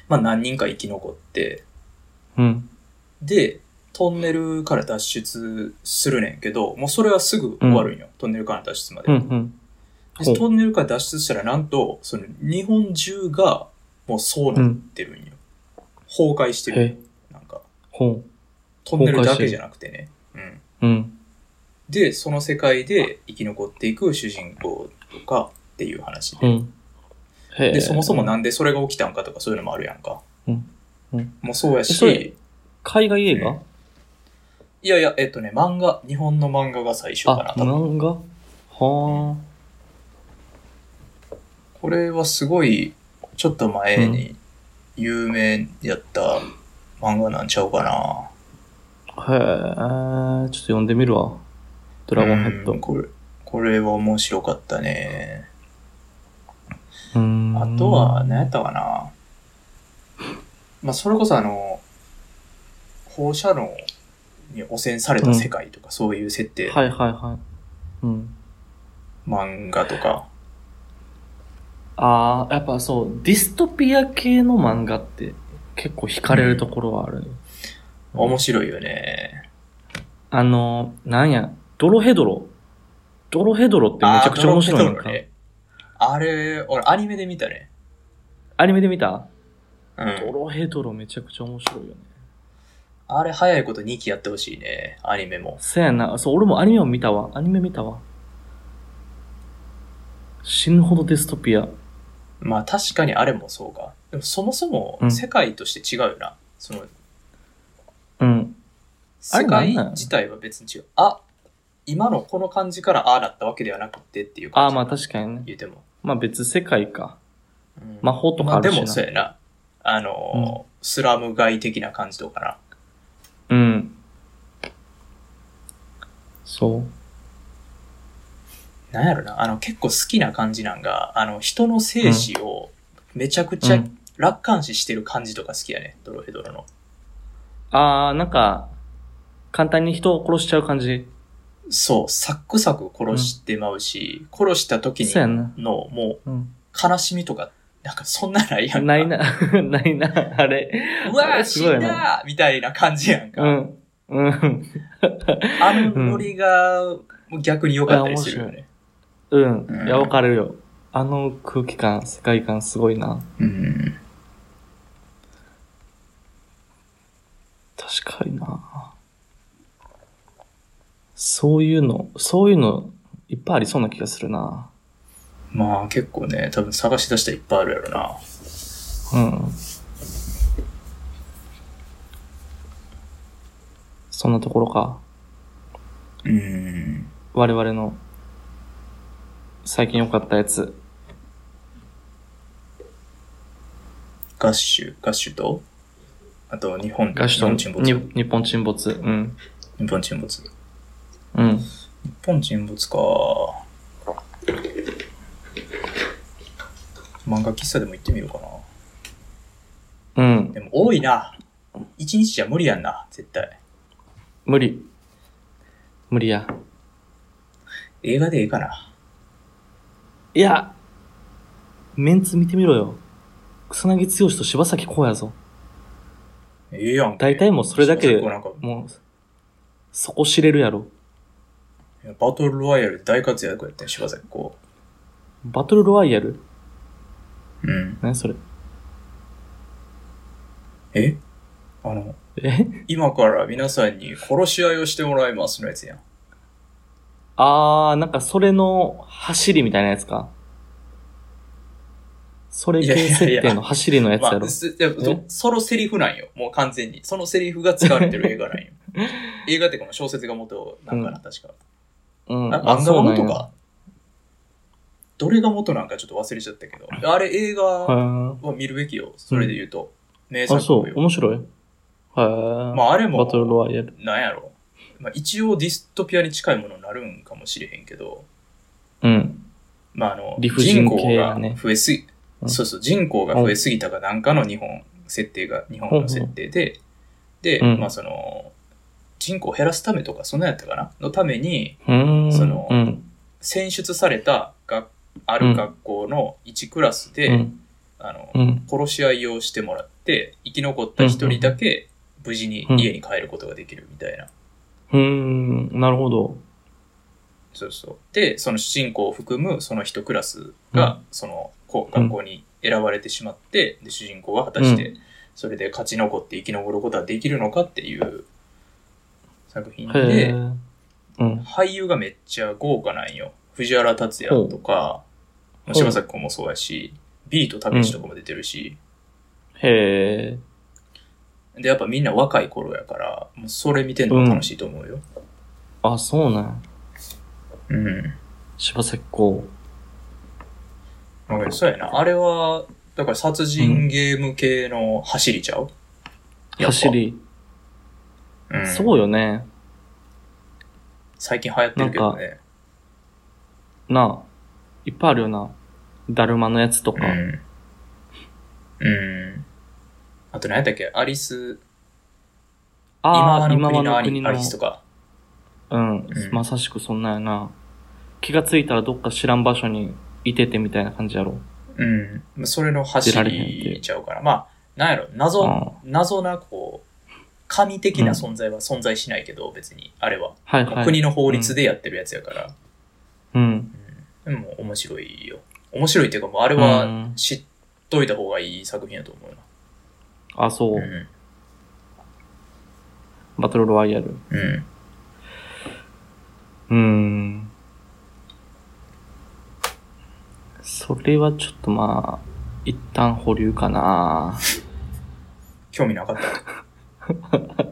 B: まあ何人か生き残って、
A: うん。
B: で、トンネルから脱出するねんけど、もうそれはすぐ終わるんよ、トンネルからの脱出ま
A: う
B: で。
A: ん。うん。
B: で
A: ほう
B: トンネルから脱出したら、なんと、その、日本中が、もうそう
A: う
B: なっ
A: ん。
B: てるんよ。崩壊してる。
A: へ。
B: なんか、
A: ほ
B: トンネルだけじゃなくてね。うん。
A: う。うん。
B: で、その世界で生き残っていく主人公とかっていう話
A: う
B: で。
A: ん。へえ
B: で、そもそもなんでそれが起きたんかとかそういうのもあるやんか。
A: うんうん
B: もうそうや
A: えそ
B: し
A: れ、海外映
B: う
A: 画
B: んいやいや、えっとね、漫画、日本の漫画が最初か
A: あ
B: な、。多分
A: 漫画は
B: これはすごい、ちょっと前に有名やった漫画なんちゃうかな。
A: あ。へえ。ちょっと読んでみるわ。ドラゴンヘッド
B: うん。これ、これは面白かったね。
A: うん
B: あとは、何やったかな。まあ、それこそあの、放射能に汚染された世界とか、そういう設定、
A: はいはいはい。うん。
B: 漫画とか。
A: ああ、やっぱそう、ディストピア系の漫画って結構惹かれるところはあるね。
B: 面白いよね。
A: あの、なんや、ドロヘドロ。ドロヘドロってめちゃくちゃ面白い
B: あ
A: ね
B: ー
A: ん
B: ドロ
A: か。
B: ップドロねあれ、俺アニメで見たね。
A: アニメで見た
B: う
A: ド
B: ん。
A: ロヘドロめちゃくちゃ面白いよね。
B: あれ早いこと2期やってほしいね。アニメも。
A: せやな、そう、俺もアニメも見たわ。アニメ見たわ。死ぬほどディストピア。
B: まあ確かにあれもそうか。でもそもそも
A: うん
B: 世界として違うよな。その
A: うん。あ
B: 世
A: れなん
B: 界
A: なん
B: 自体は別に違う。あ、今のこの感じからああなったわけではなくてっていう
A: あ
B: 感
A: あ、
B: じ。
A: まあ確かにね。
B: 言うても。
A: まあ別世界か。
B: うん
A: 魔法とかあるしな
B: までもそうやな。あのー、スラム街的な感じとかな。
A: うん。そう。
B: なんやろな。あの、結構好きな感じなんが、あの、人の生死をめちゃくち
A: う
B: ゃ
A: ん
B: 楽観視してる感じとか好きやね。ドロヘドロの。
A: ああ、なんか、簡単に人を殺しちゃう感じ。
B: そう、サックサク殺してまうし、殺した時に
A: そうやな。
B: の、も
A: う
B: う
A: ん。
B: 悲しみとか、なんかそんなないやんか。
A: ないな、 ないな、あれ。
B: うわー、
A: す
B: 死
A: ごいなん
B: だーみたいな感じやんか。
A: うん。うん。
B: あのノリが逆に良かったりするよね。
A: うん。いや、
B: うん
A: わかるよ。あの空気感、世界観すごいな。
B: うん。
A: 確かにな。そういうの、そういうの、いっぱいありそうな気がするな。
B: まあ結構ね、多分探し出したらいっぱいあるやろな。
A: うん。そんなところか。
B: うん。
A: 我々の最近良かったやつ。
B: ガッシュ、ガッシュと、あと日本、
A: ガシュトン、
B: 日本沈
A: に日
B: 没。
A: 本沈没。うん。
B: 日本沈没。日
A: うん。
B: 本沈没か。漫画喫茶でも行ってみようかな。
A: うん。
B: でも多いな。一日じゃ無理やんな、絶対。
A: 無理。無理や。
B: 映画でええかな。
A: いや、メンツ見てみろよ。草薙剛と柴咲コウやぞ。
B: ええやんけ。
A: 大体もうそれだけで
B: 結構なんか
A: もう、そこ知れるやろ。
B: バトルロワイヤルで大活躍やってん、柴崎こ
A: バトルロワイヤル
B: う。うん。
A: 何それ
B: えあの、
A: え
B: 今から皆さんに殺し合いをしてもらいますのやつやん。
A: あー、なんかそれの走りみたいなやつか。それ系設定の走りのやつやろ。
B: まあすでもそ
A: え
B: そのセリフなんよ。もう完全に。そのセリフが使われてる映画 なんよ。映画ってこの小説が元なんかな、確か。
A: うん。
B: あ漫画が元
A: と。
B: か。どれが元なんかちょっと忘れちゃったけど。あれ映画
A: へ
B: は
A: ー
B: 見るべきよ。それで言うと。名
A: あ、
B: 作
A: そ
B: よ
A: う。面白い。へー
B: まああれも
A: バ、トルロワイヤル。
B: なんやろ。まあ一応ディストピアに近いものになるんかもしれへんけど。
A: うん。
B: まあ、あの、
A: 理不尽
B: 人口
A: 系
B: が
A: だね
B: 増えす
A: う
B: ぎ、
A: ん
B: そうそう、人口が増えすぎたかなんかの日本設定が、日本の設定で、で、
A: うん
B: まあその、人口を減らすためとか、そんなんやったかなのために、
A: うーん。
B: その
A: うん。
B: 選出されたがあ
A: う
B: る
A: ん
B: 学校の1クラスで、
A: うん。
B: あの、
A: うん。
B: 殺し合いをしてもらって、生き残った1人だけ無事に家に帰ることができるみたいな。
A: うーん。なるほど。
B: そうそう。で、その主人公を含むその一クラスが、そのこ
A: うん
B: 学校に選ばれてしまって、で、主人公が果たして、それで勝ち残って生き残ることはできるのかっていう作品
A: へえ。
B: で、
A: うん。
B: 俳優がめっちゃ豪華なんよ。藤原竜也とか、
A: ほう
B: 柴咲コウもそうやし、ビートたけしとかも出てるし、
A: へえ。
B: で、やっぱみんな若い頃やから、もうそれ見てんのが楽しいと思うよ。
A: あ、そうなんや。
B: うん
A: 柴咲コ
B: なんかそうやな。あれは、だから殺人ゲーム系の走りちゃう、
A: ウ。走り。
B: うん、
A: そうよね。
B: 最近流行ってるけどね。
A: なあ。いっぱいあるよな。だるまのやつとか。
B: うん。うん。あと何やったっけアリス、
A: ああ、
B: 今
A: 今
B: は
A: は
B: の
A: の
B: 国
A: 国
B: の
A: の
B: アリ。スとか。
A: うん
B: うん。
A: まさしくそんなんやな。気がついたらどっか知らん場所にいててみたいな感じやろ。
B: うん。まあそれの走りちゃうから。まあ、なんやろ、謎、
A: あ
B: 謎な、こう、神的な存在は存在しないけど、別に、あれは。
A: はいはい。
B: 国の法律でやってるやつやから。
A: うん。
B: でも面白いよ。面白いっていうか、もうあれ
A: う
B: は
A: ん
B: 知っといた方がいい作品やと思うな。
A: あ、そうう。
B: ん。
A: バトルロワイヤル。
B: うん。
A: うーん。それはちょっとまあ、一旦保留かな。
B: 興味なかった。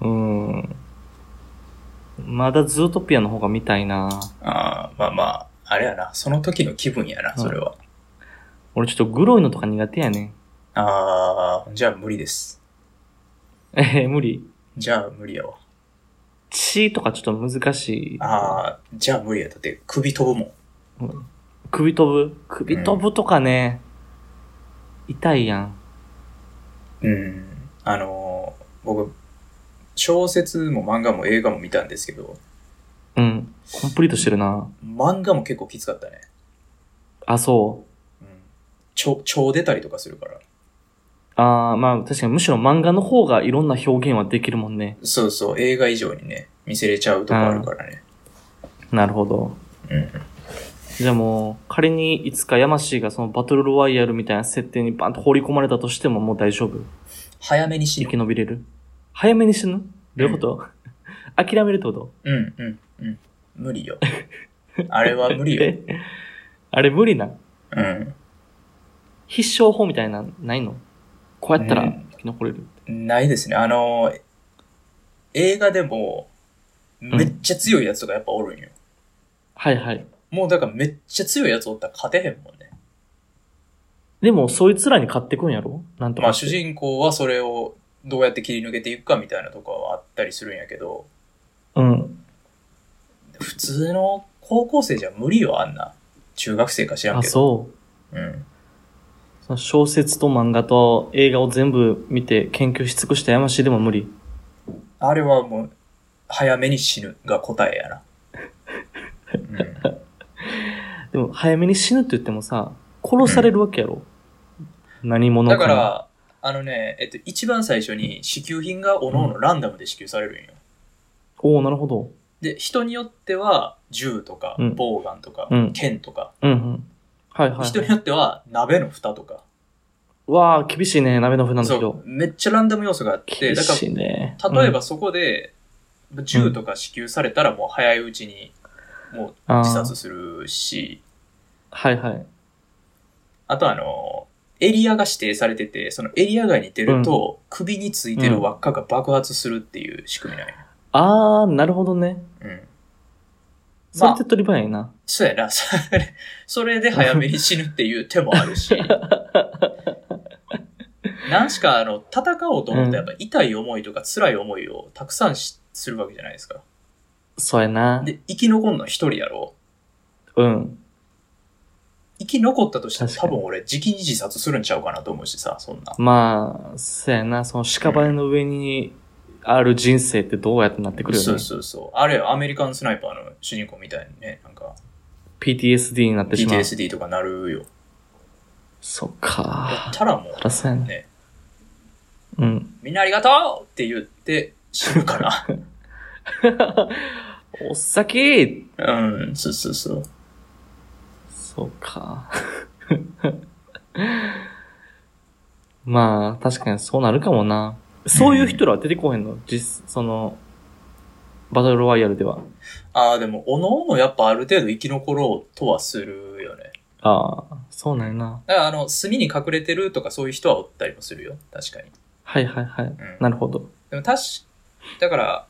A: うん。まだズートピアの方が見たいな。
B: ああ、まあまあ、あれやな。その時の気分やな、それは。
A: 俺ちょっとグロいのとか苦手やね
B: ああ、じゃあ無理です。
A: ん。えへ無理。
B: じゃあ無理やわ。
A: 血とかちょっと難しい。
B: ああ、じゃあ無理や。だって首飛ぶもん。
A: 首飛ぶ首飛ぶとかね、痛いやん。
B: うん。あのー僕、小説も漫画も映画も見たんですけど、
A: うん。コンプリートしてるな。
B: 漫画も結構きつかったね。
A: あ、そう。
B: うん。超、超出たりとかするから。
A: あーまあ確かにむしろ漫画の方がいろんな表現はできるもんね。
B: そうそう、映画以上にね、見せれちゃうとこあるからね。
A: なるほど。
B: うん。
A: じゃあもう、仮にいつかヤマシーがそのバトルロワイヤルみたいな設定にバンと放り込まれたとしてももう大丈夫。
B: 早めに死
A: 生
B: ぬ
A: き。延びれる早めに 死ぬどういうこと、諦めるってこと
B: うん、うん、うん。無理よ。あれは無理よ。
A: え あれ無理なん
B: うん。
A: 必勝法みたいなのないのこうやったら
B: ね
A: 生き残れる。
B: ないですね。あの、映画でも、めっちゃ強いやつとかやっぱおるんよ。
A: はいはい。
B: もうだからめっちゃ強いやつおったら勝てへんもんね。
A: でも、そいつらに買ってくんやろなんとか。
B: まあ主人公はそれをどうやって切り抜けていくかみたいなとこはあったりするんやけど、
A: うん。
B: 普通の高校生じゃ無理よ、あんな。中学生か知らん
A: あ、
B: けど。
A: そう。
B: うん。
A: その小説と漫画と映画を全部見て研究し尽くしたやましいでも無理。
B: あれはもう、早めに死ぬが答え やな。うん
A: でも早めに死ぬって言ってもさ、殺されるわけやろ。何者
B: だ
A: か
B: か
A: に。
B: ら、あのね、えっと、一番最初に支給品がおのおのランダムで支給されるんよ。
A: おおなるほど。
B: で、人によっては、銃とか
A: うん、
B: ボウガンとか、
A: うん
B: 剣とか、
A: うんうん。はいはい。
B: 人によっては、鍋の蓋とか。
A: わあ、厳しいね、鍋の船の
B: そ
A: 人
B: う。。めっちゃランダム要素があって、
A: 厳
B: だか
A: しいね。
B: ら、例えばそこで、銃とか支給されたらもう早いうちに、
A: うん、
B: もう自
A: ああ
B: 殺するし、
A: はいはい。
B: あとあの、エリアが指定されてて、そのエリア外に出ると、首についてる輪っかが爆発するっていう仕組みなんや。
A: あー、なるほどね。
B: うん。
A: それって取り早いな。
B: そうやな。 それ、それで早めに死ぬっていう手もあ るし。何しかあの、戦おうと思ったらやっぱ痛い思いとか辛い思いをたくさんしするわけじゃないですか。
A: そうやな。
B: で、生き残るのは一人やろ
A: うん。
B: 生き残ったとしても
A: 確か
B: 多
A: に
B: 分俺、直に自殺するんちゃうかなと思うしさ、そんな。
A: まあ、そうやな。その屍の上にある人生ってどうやってなってくる
B: そ
A: よ
B: う
A: ね。
B: そうそう。あれ、アメリカンスナイパーの主人公みたいにね、なんか、
A: PTSD になってしまう。
B: PTSD とかなるよ。
A: そっ
B: や
A: か
B: っ。たらも
A: そらそうや
B: う、
A: な。
B: ね、
A: うん。
B: みんなありがとうって言って死ぬかな。
A: おっさき
B: うん、そうそうそう。
A: そうか。 まあ、確かにそうなるかもな。そういう人らは出てこへんの実、その、バトルロワイヤルでは。
B: ああ、でも、おのおのやっぱある程度生き残ろうとはするよね。
A: ああ、そうなんやな。
B: だから、あの、隅に隠れてるとかそういう人はおったりもするよ。確かに。
A: はいはいはい。
B: うん。
A: なるほど。
B: でも、確か、だから、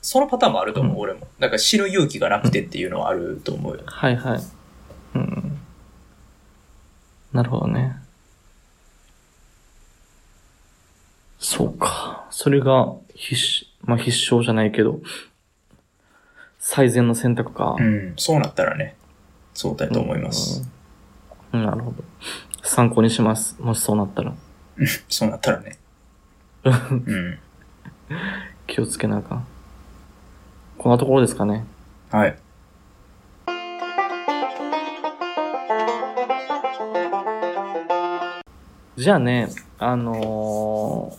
B: そのパターンもあると思う、
A: う
B: 俺も。だから死ぬ勇気がなくてっていうのはあると思うよ。
A: はいはい。うん。なるほどね。そうか。それが必死、まあ必勝じゃないけど、最善の選択か。
B: うん。そうなったらね、そうだと思います。
A: うん。なるほど。参考にします。もしそうなったら。
B: そうなった らね。うん。
A: 気をつけなあかん。こんなところですかね。
B: はい。
A: じゃあね、あのー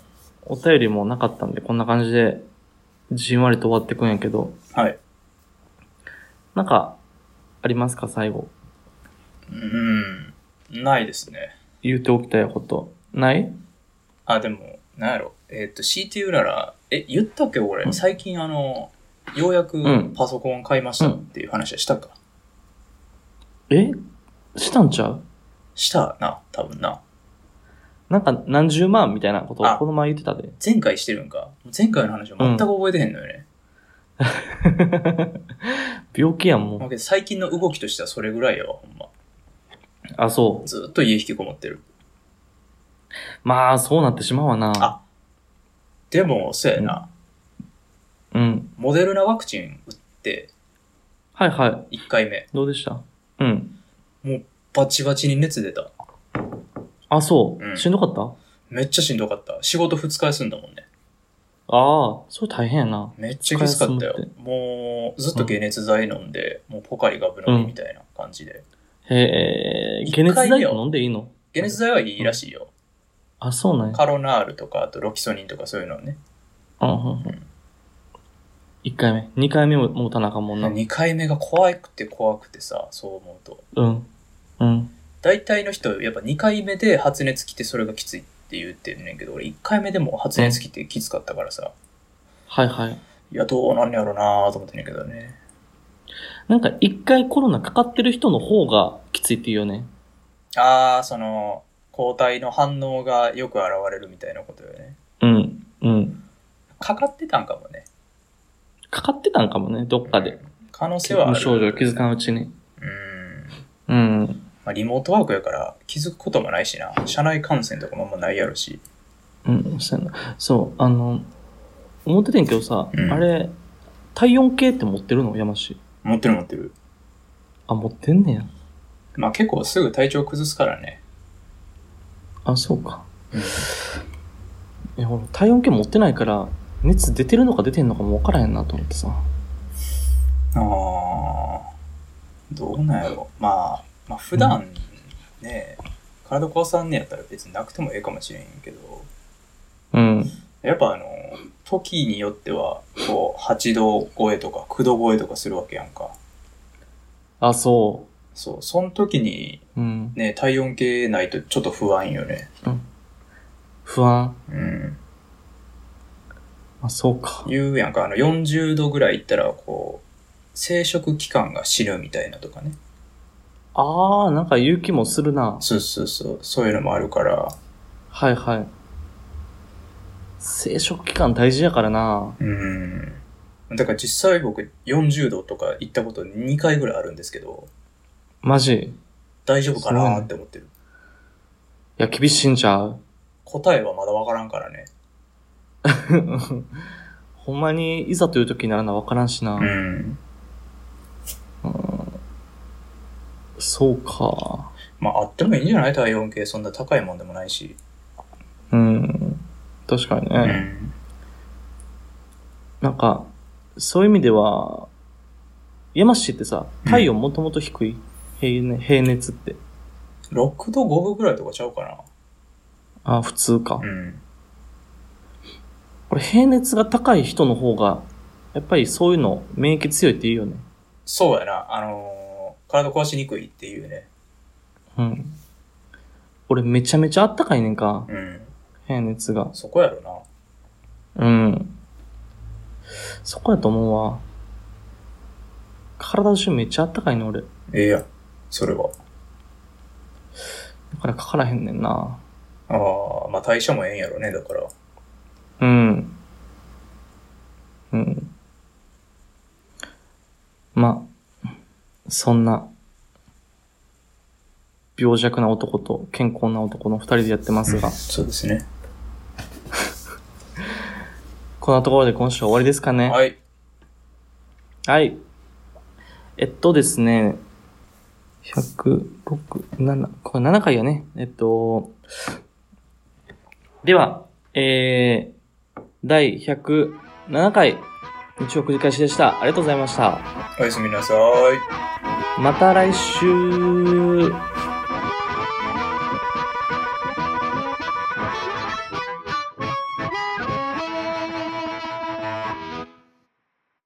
A: お便りもなかったんで、こんな感じで、じんわりと終わってくんやけど、
B: はい。
A: なんか、ありますか最後。
B: うん。ないですね。
A: 言うておきたいこと。ない
B: あ、でも、なんやろ。えっ、と、強いて言うなら、え、言ったっけ俺、
A: うん
B: 最近あの、ようやく
A: うん
B: パソコン買いましたっていう話はしたか。
A: えしたんちゃう
B: したな、多分な。
A: なんか何十万みたいなことを
B: あ
A: この前言ってたで。
B: 前回してるんか。前回の話は全く覚えてへんのよね。
A: 病気やん、も
B: まあ
A: う。
B: けど最近の動きとしてはそれぐらいやわ、ほんま。
A: あ、そう。
B: ずっと家引きこもってる。
A: まあ、そうなってしまうわな。
B: あでも、そうやな。
A: うん。
B: モデルナワクチン打って、
A: はいはい。
B: 1回目。
A: どうでしたうん。
B: バチバチに熱出た。
A: あ、そう。
B: うん
A: しんどかった
B: めっちゃしんどかった。仕事2日休んだもんね。
A: ああ、それ大変やな。
B: めっちゃきつかったよ
A: 疲れ様っ。
B: もう、ずっと解熱剤飲んで、もうポカリがぶ飲みみたいな感じで。
A: へえ、解熱
B: 一回目
A: 剤
B: よ
A: 飲んでいいの
B: 解熱剤はいいらしいよ。
A: あ、そうなんや。
B: カロナールとか、あとロキソニンとかそういうのね。
A: うんうんうん。1回目。2回目も持たなあかんもんな。
B: 2回目が怖くて怖くてさ、そう思うと。
A: うん。うん。
B: 大体の人、やっぱ2回目で発熱きてそれがきついって言ってるねんけど、俺1回目でも発熱きてきつかったからさ、
A: はいはい。
B: いや、どうなんやろうなーと思ってんねんけどね。
A: なんか一回コロナかかってる人の方がきついって言うよね。
B: ああ、その、抗体の反応がよく現れるみたいなことよね。
A: うん、うん。
B: かかってたんかもね。
A: かかってたんかもね、どっかで。
B: 可能性はあ
A: 無
B: る。
A: 症状気づかんうちに。
B: う
A: う
B: ん。
A: ん。
B: まあ、リモートワークやから気づくこともないしな。社内感染とかもあんまないやろし。
A: うん、そうやな。そう、あの、思っててんけどさ、
B: うん
A: あれ、体温計って持ってるの山氏。
B: 持ってる持ってる。
A: あ、持ってんねや。
B: まあ結構すぐ体調崩すからね。
A: あ、そうか。
B: うん
A: いや、ほら、体温計持ってないから、熱出てるのか出てんのかもわからへんなと思ってさ。
B: ああ、どうなんやろ。まあ、まあ普段ね、体壊さんねやったら別になくてもええかもしれんけど、
A: うん。
B: やっぱあの、時によっては、こう、8度超えとか9度超えとかするわけやんか。
A: あ、そ
B: そう、その時に
A: う。うん。
B: ね、体温計ないとちょっと不安よね。
A: 不安。
B: うん。
A: あ、そうか。
B: 言うやんか、あの、40度ぐらいいったら、こう、生殖期間が死ぬみたいなとかね。
A: あー、なんか勇気もするな。
B: そうそうそう、そういうのもあるから、
A: はいはい。生殖期間大事やからな。
B: うん。だから実際僕40度とか行ったこと2回ぐらいあるんですけど、
A: マジ。
B: 大丈夫かなーって思ってる。
A: いや、厳しいんちゃう
B: 答えはまだわからんからね。
A: ほんまに、いざという時にならなわからんしな。
B: うん。
A: そうか。
B: まあ、あってもいいんじゃない体温計そんな高いもんでもないし。
A: うん。確かにね。
B: うん。
A: なんか、そういう意味では、山市ってさ、体温もともと低い、平熱平熱って。
B: 6度5分ぐらいとかちゃうか
A: あ、普通か
B: な。う。ん。
A: これ平熱が高い人の方が、やっぱりそういうの免疫強いって言うよね。
B: そうやな。あのー体壊しにくいっていうね。
A: うん。俺めちゃめちゃあったかいねんか、
B: うん。
A: 平熱が。
B: そこやろな。
A: うん。そこやと思うわ。体中めっちゃあったかいね俺。だ
B: ええやんそれは。
A: からかからへんねんな。
B: ああ、まあ代謝もええんやろね、だから。
A: うん。うん。まあ、そんな、病弱な男と健康な男の二人でやってますが、
B: そうですね。
A: こんなところで今週は終わりですかね。
B: はい。
A: はい。えっとですね、106、7、これ7回やね。えっと、では、えー、第107回、日曜繰り返しでした。ありがとうございました。
B: おやすみなさい。
A: また来週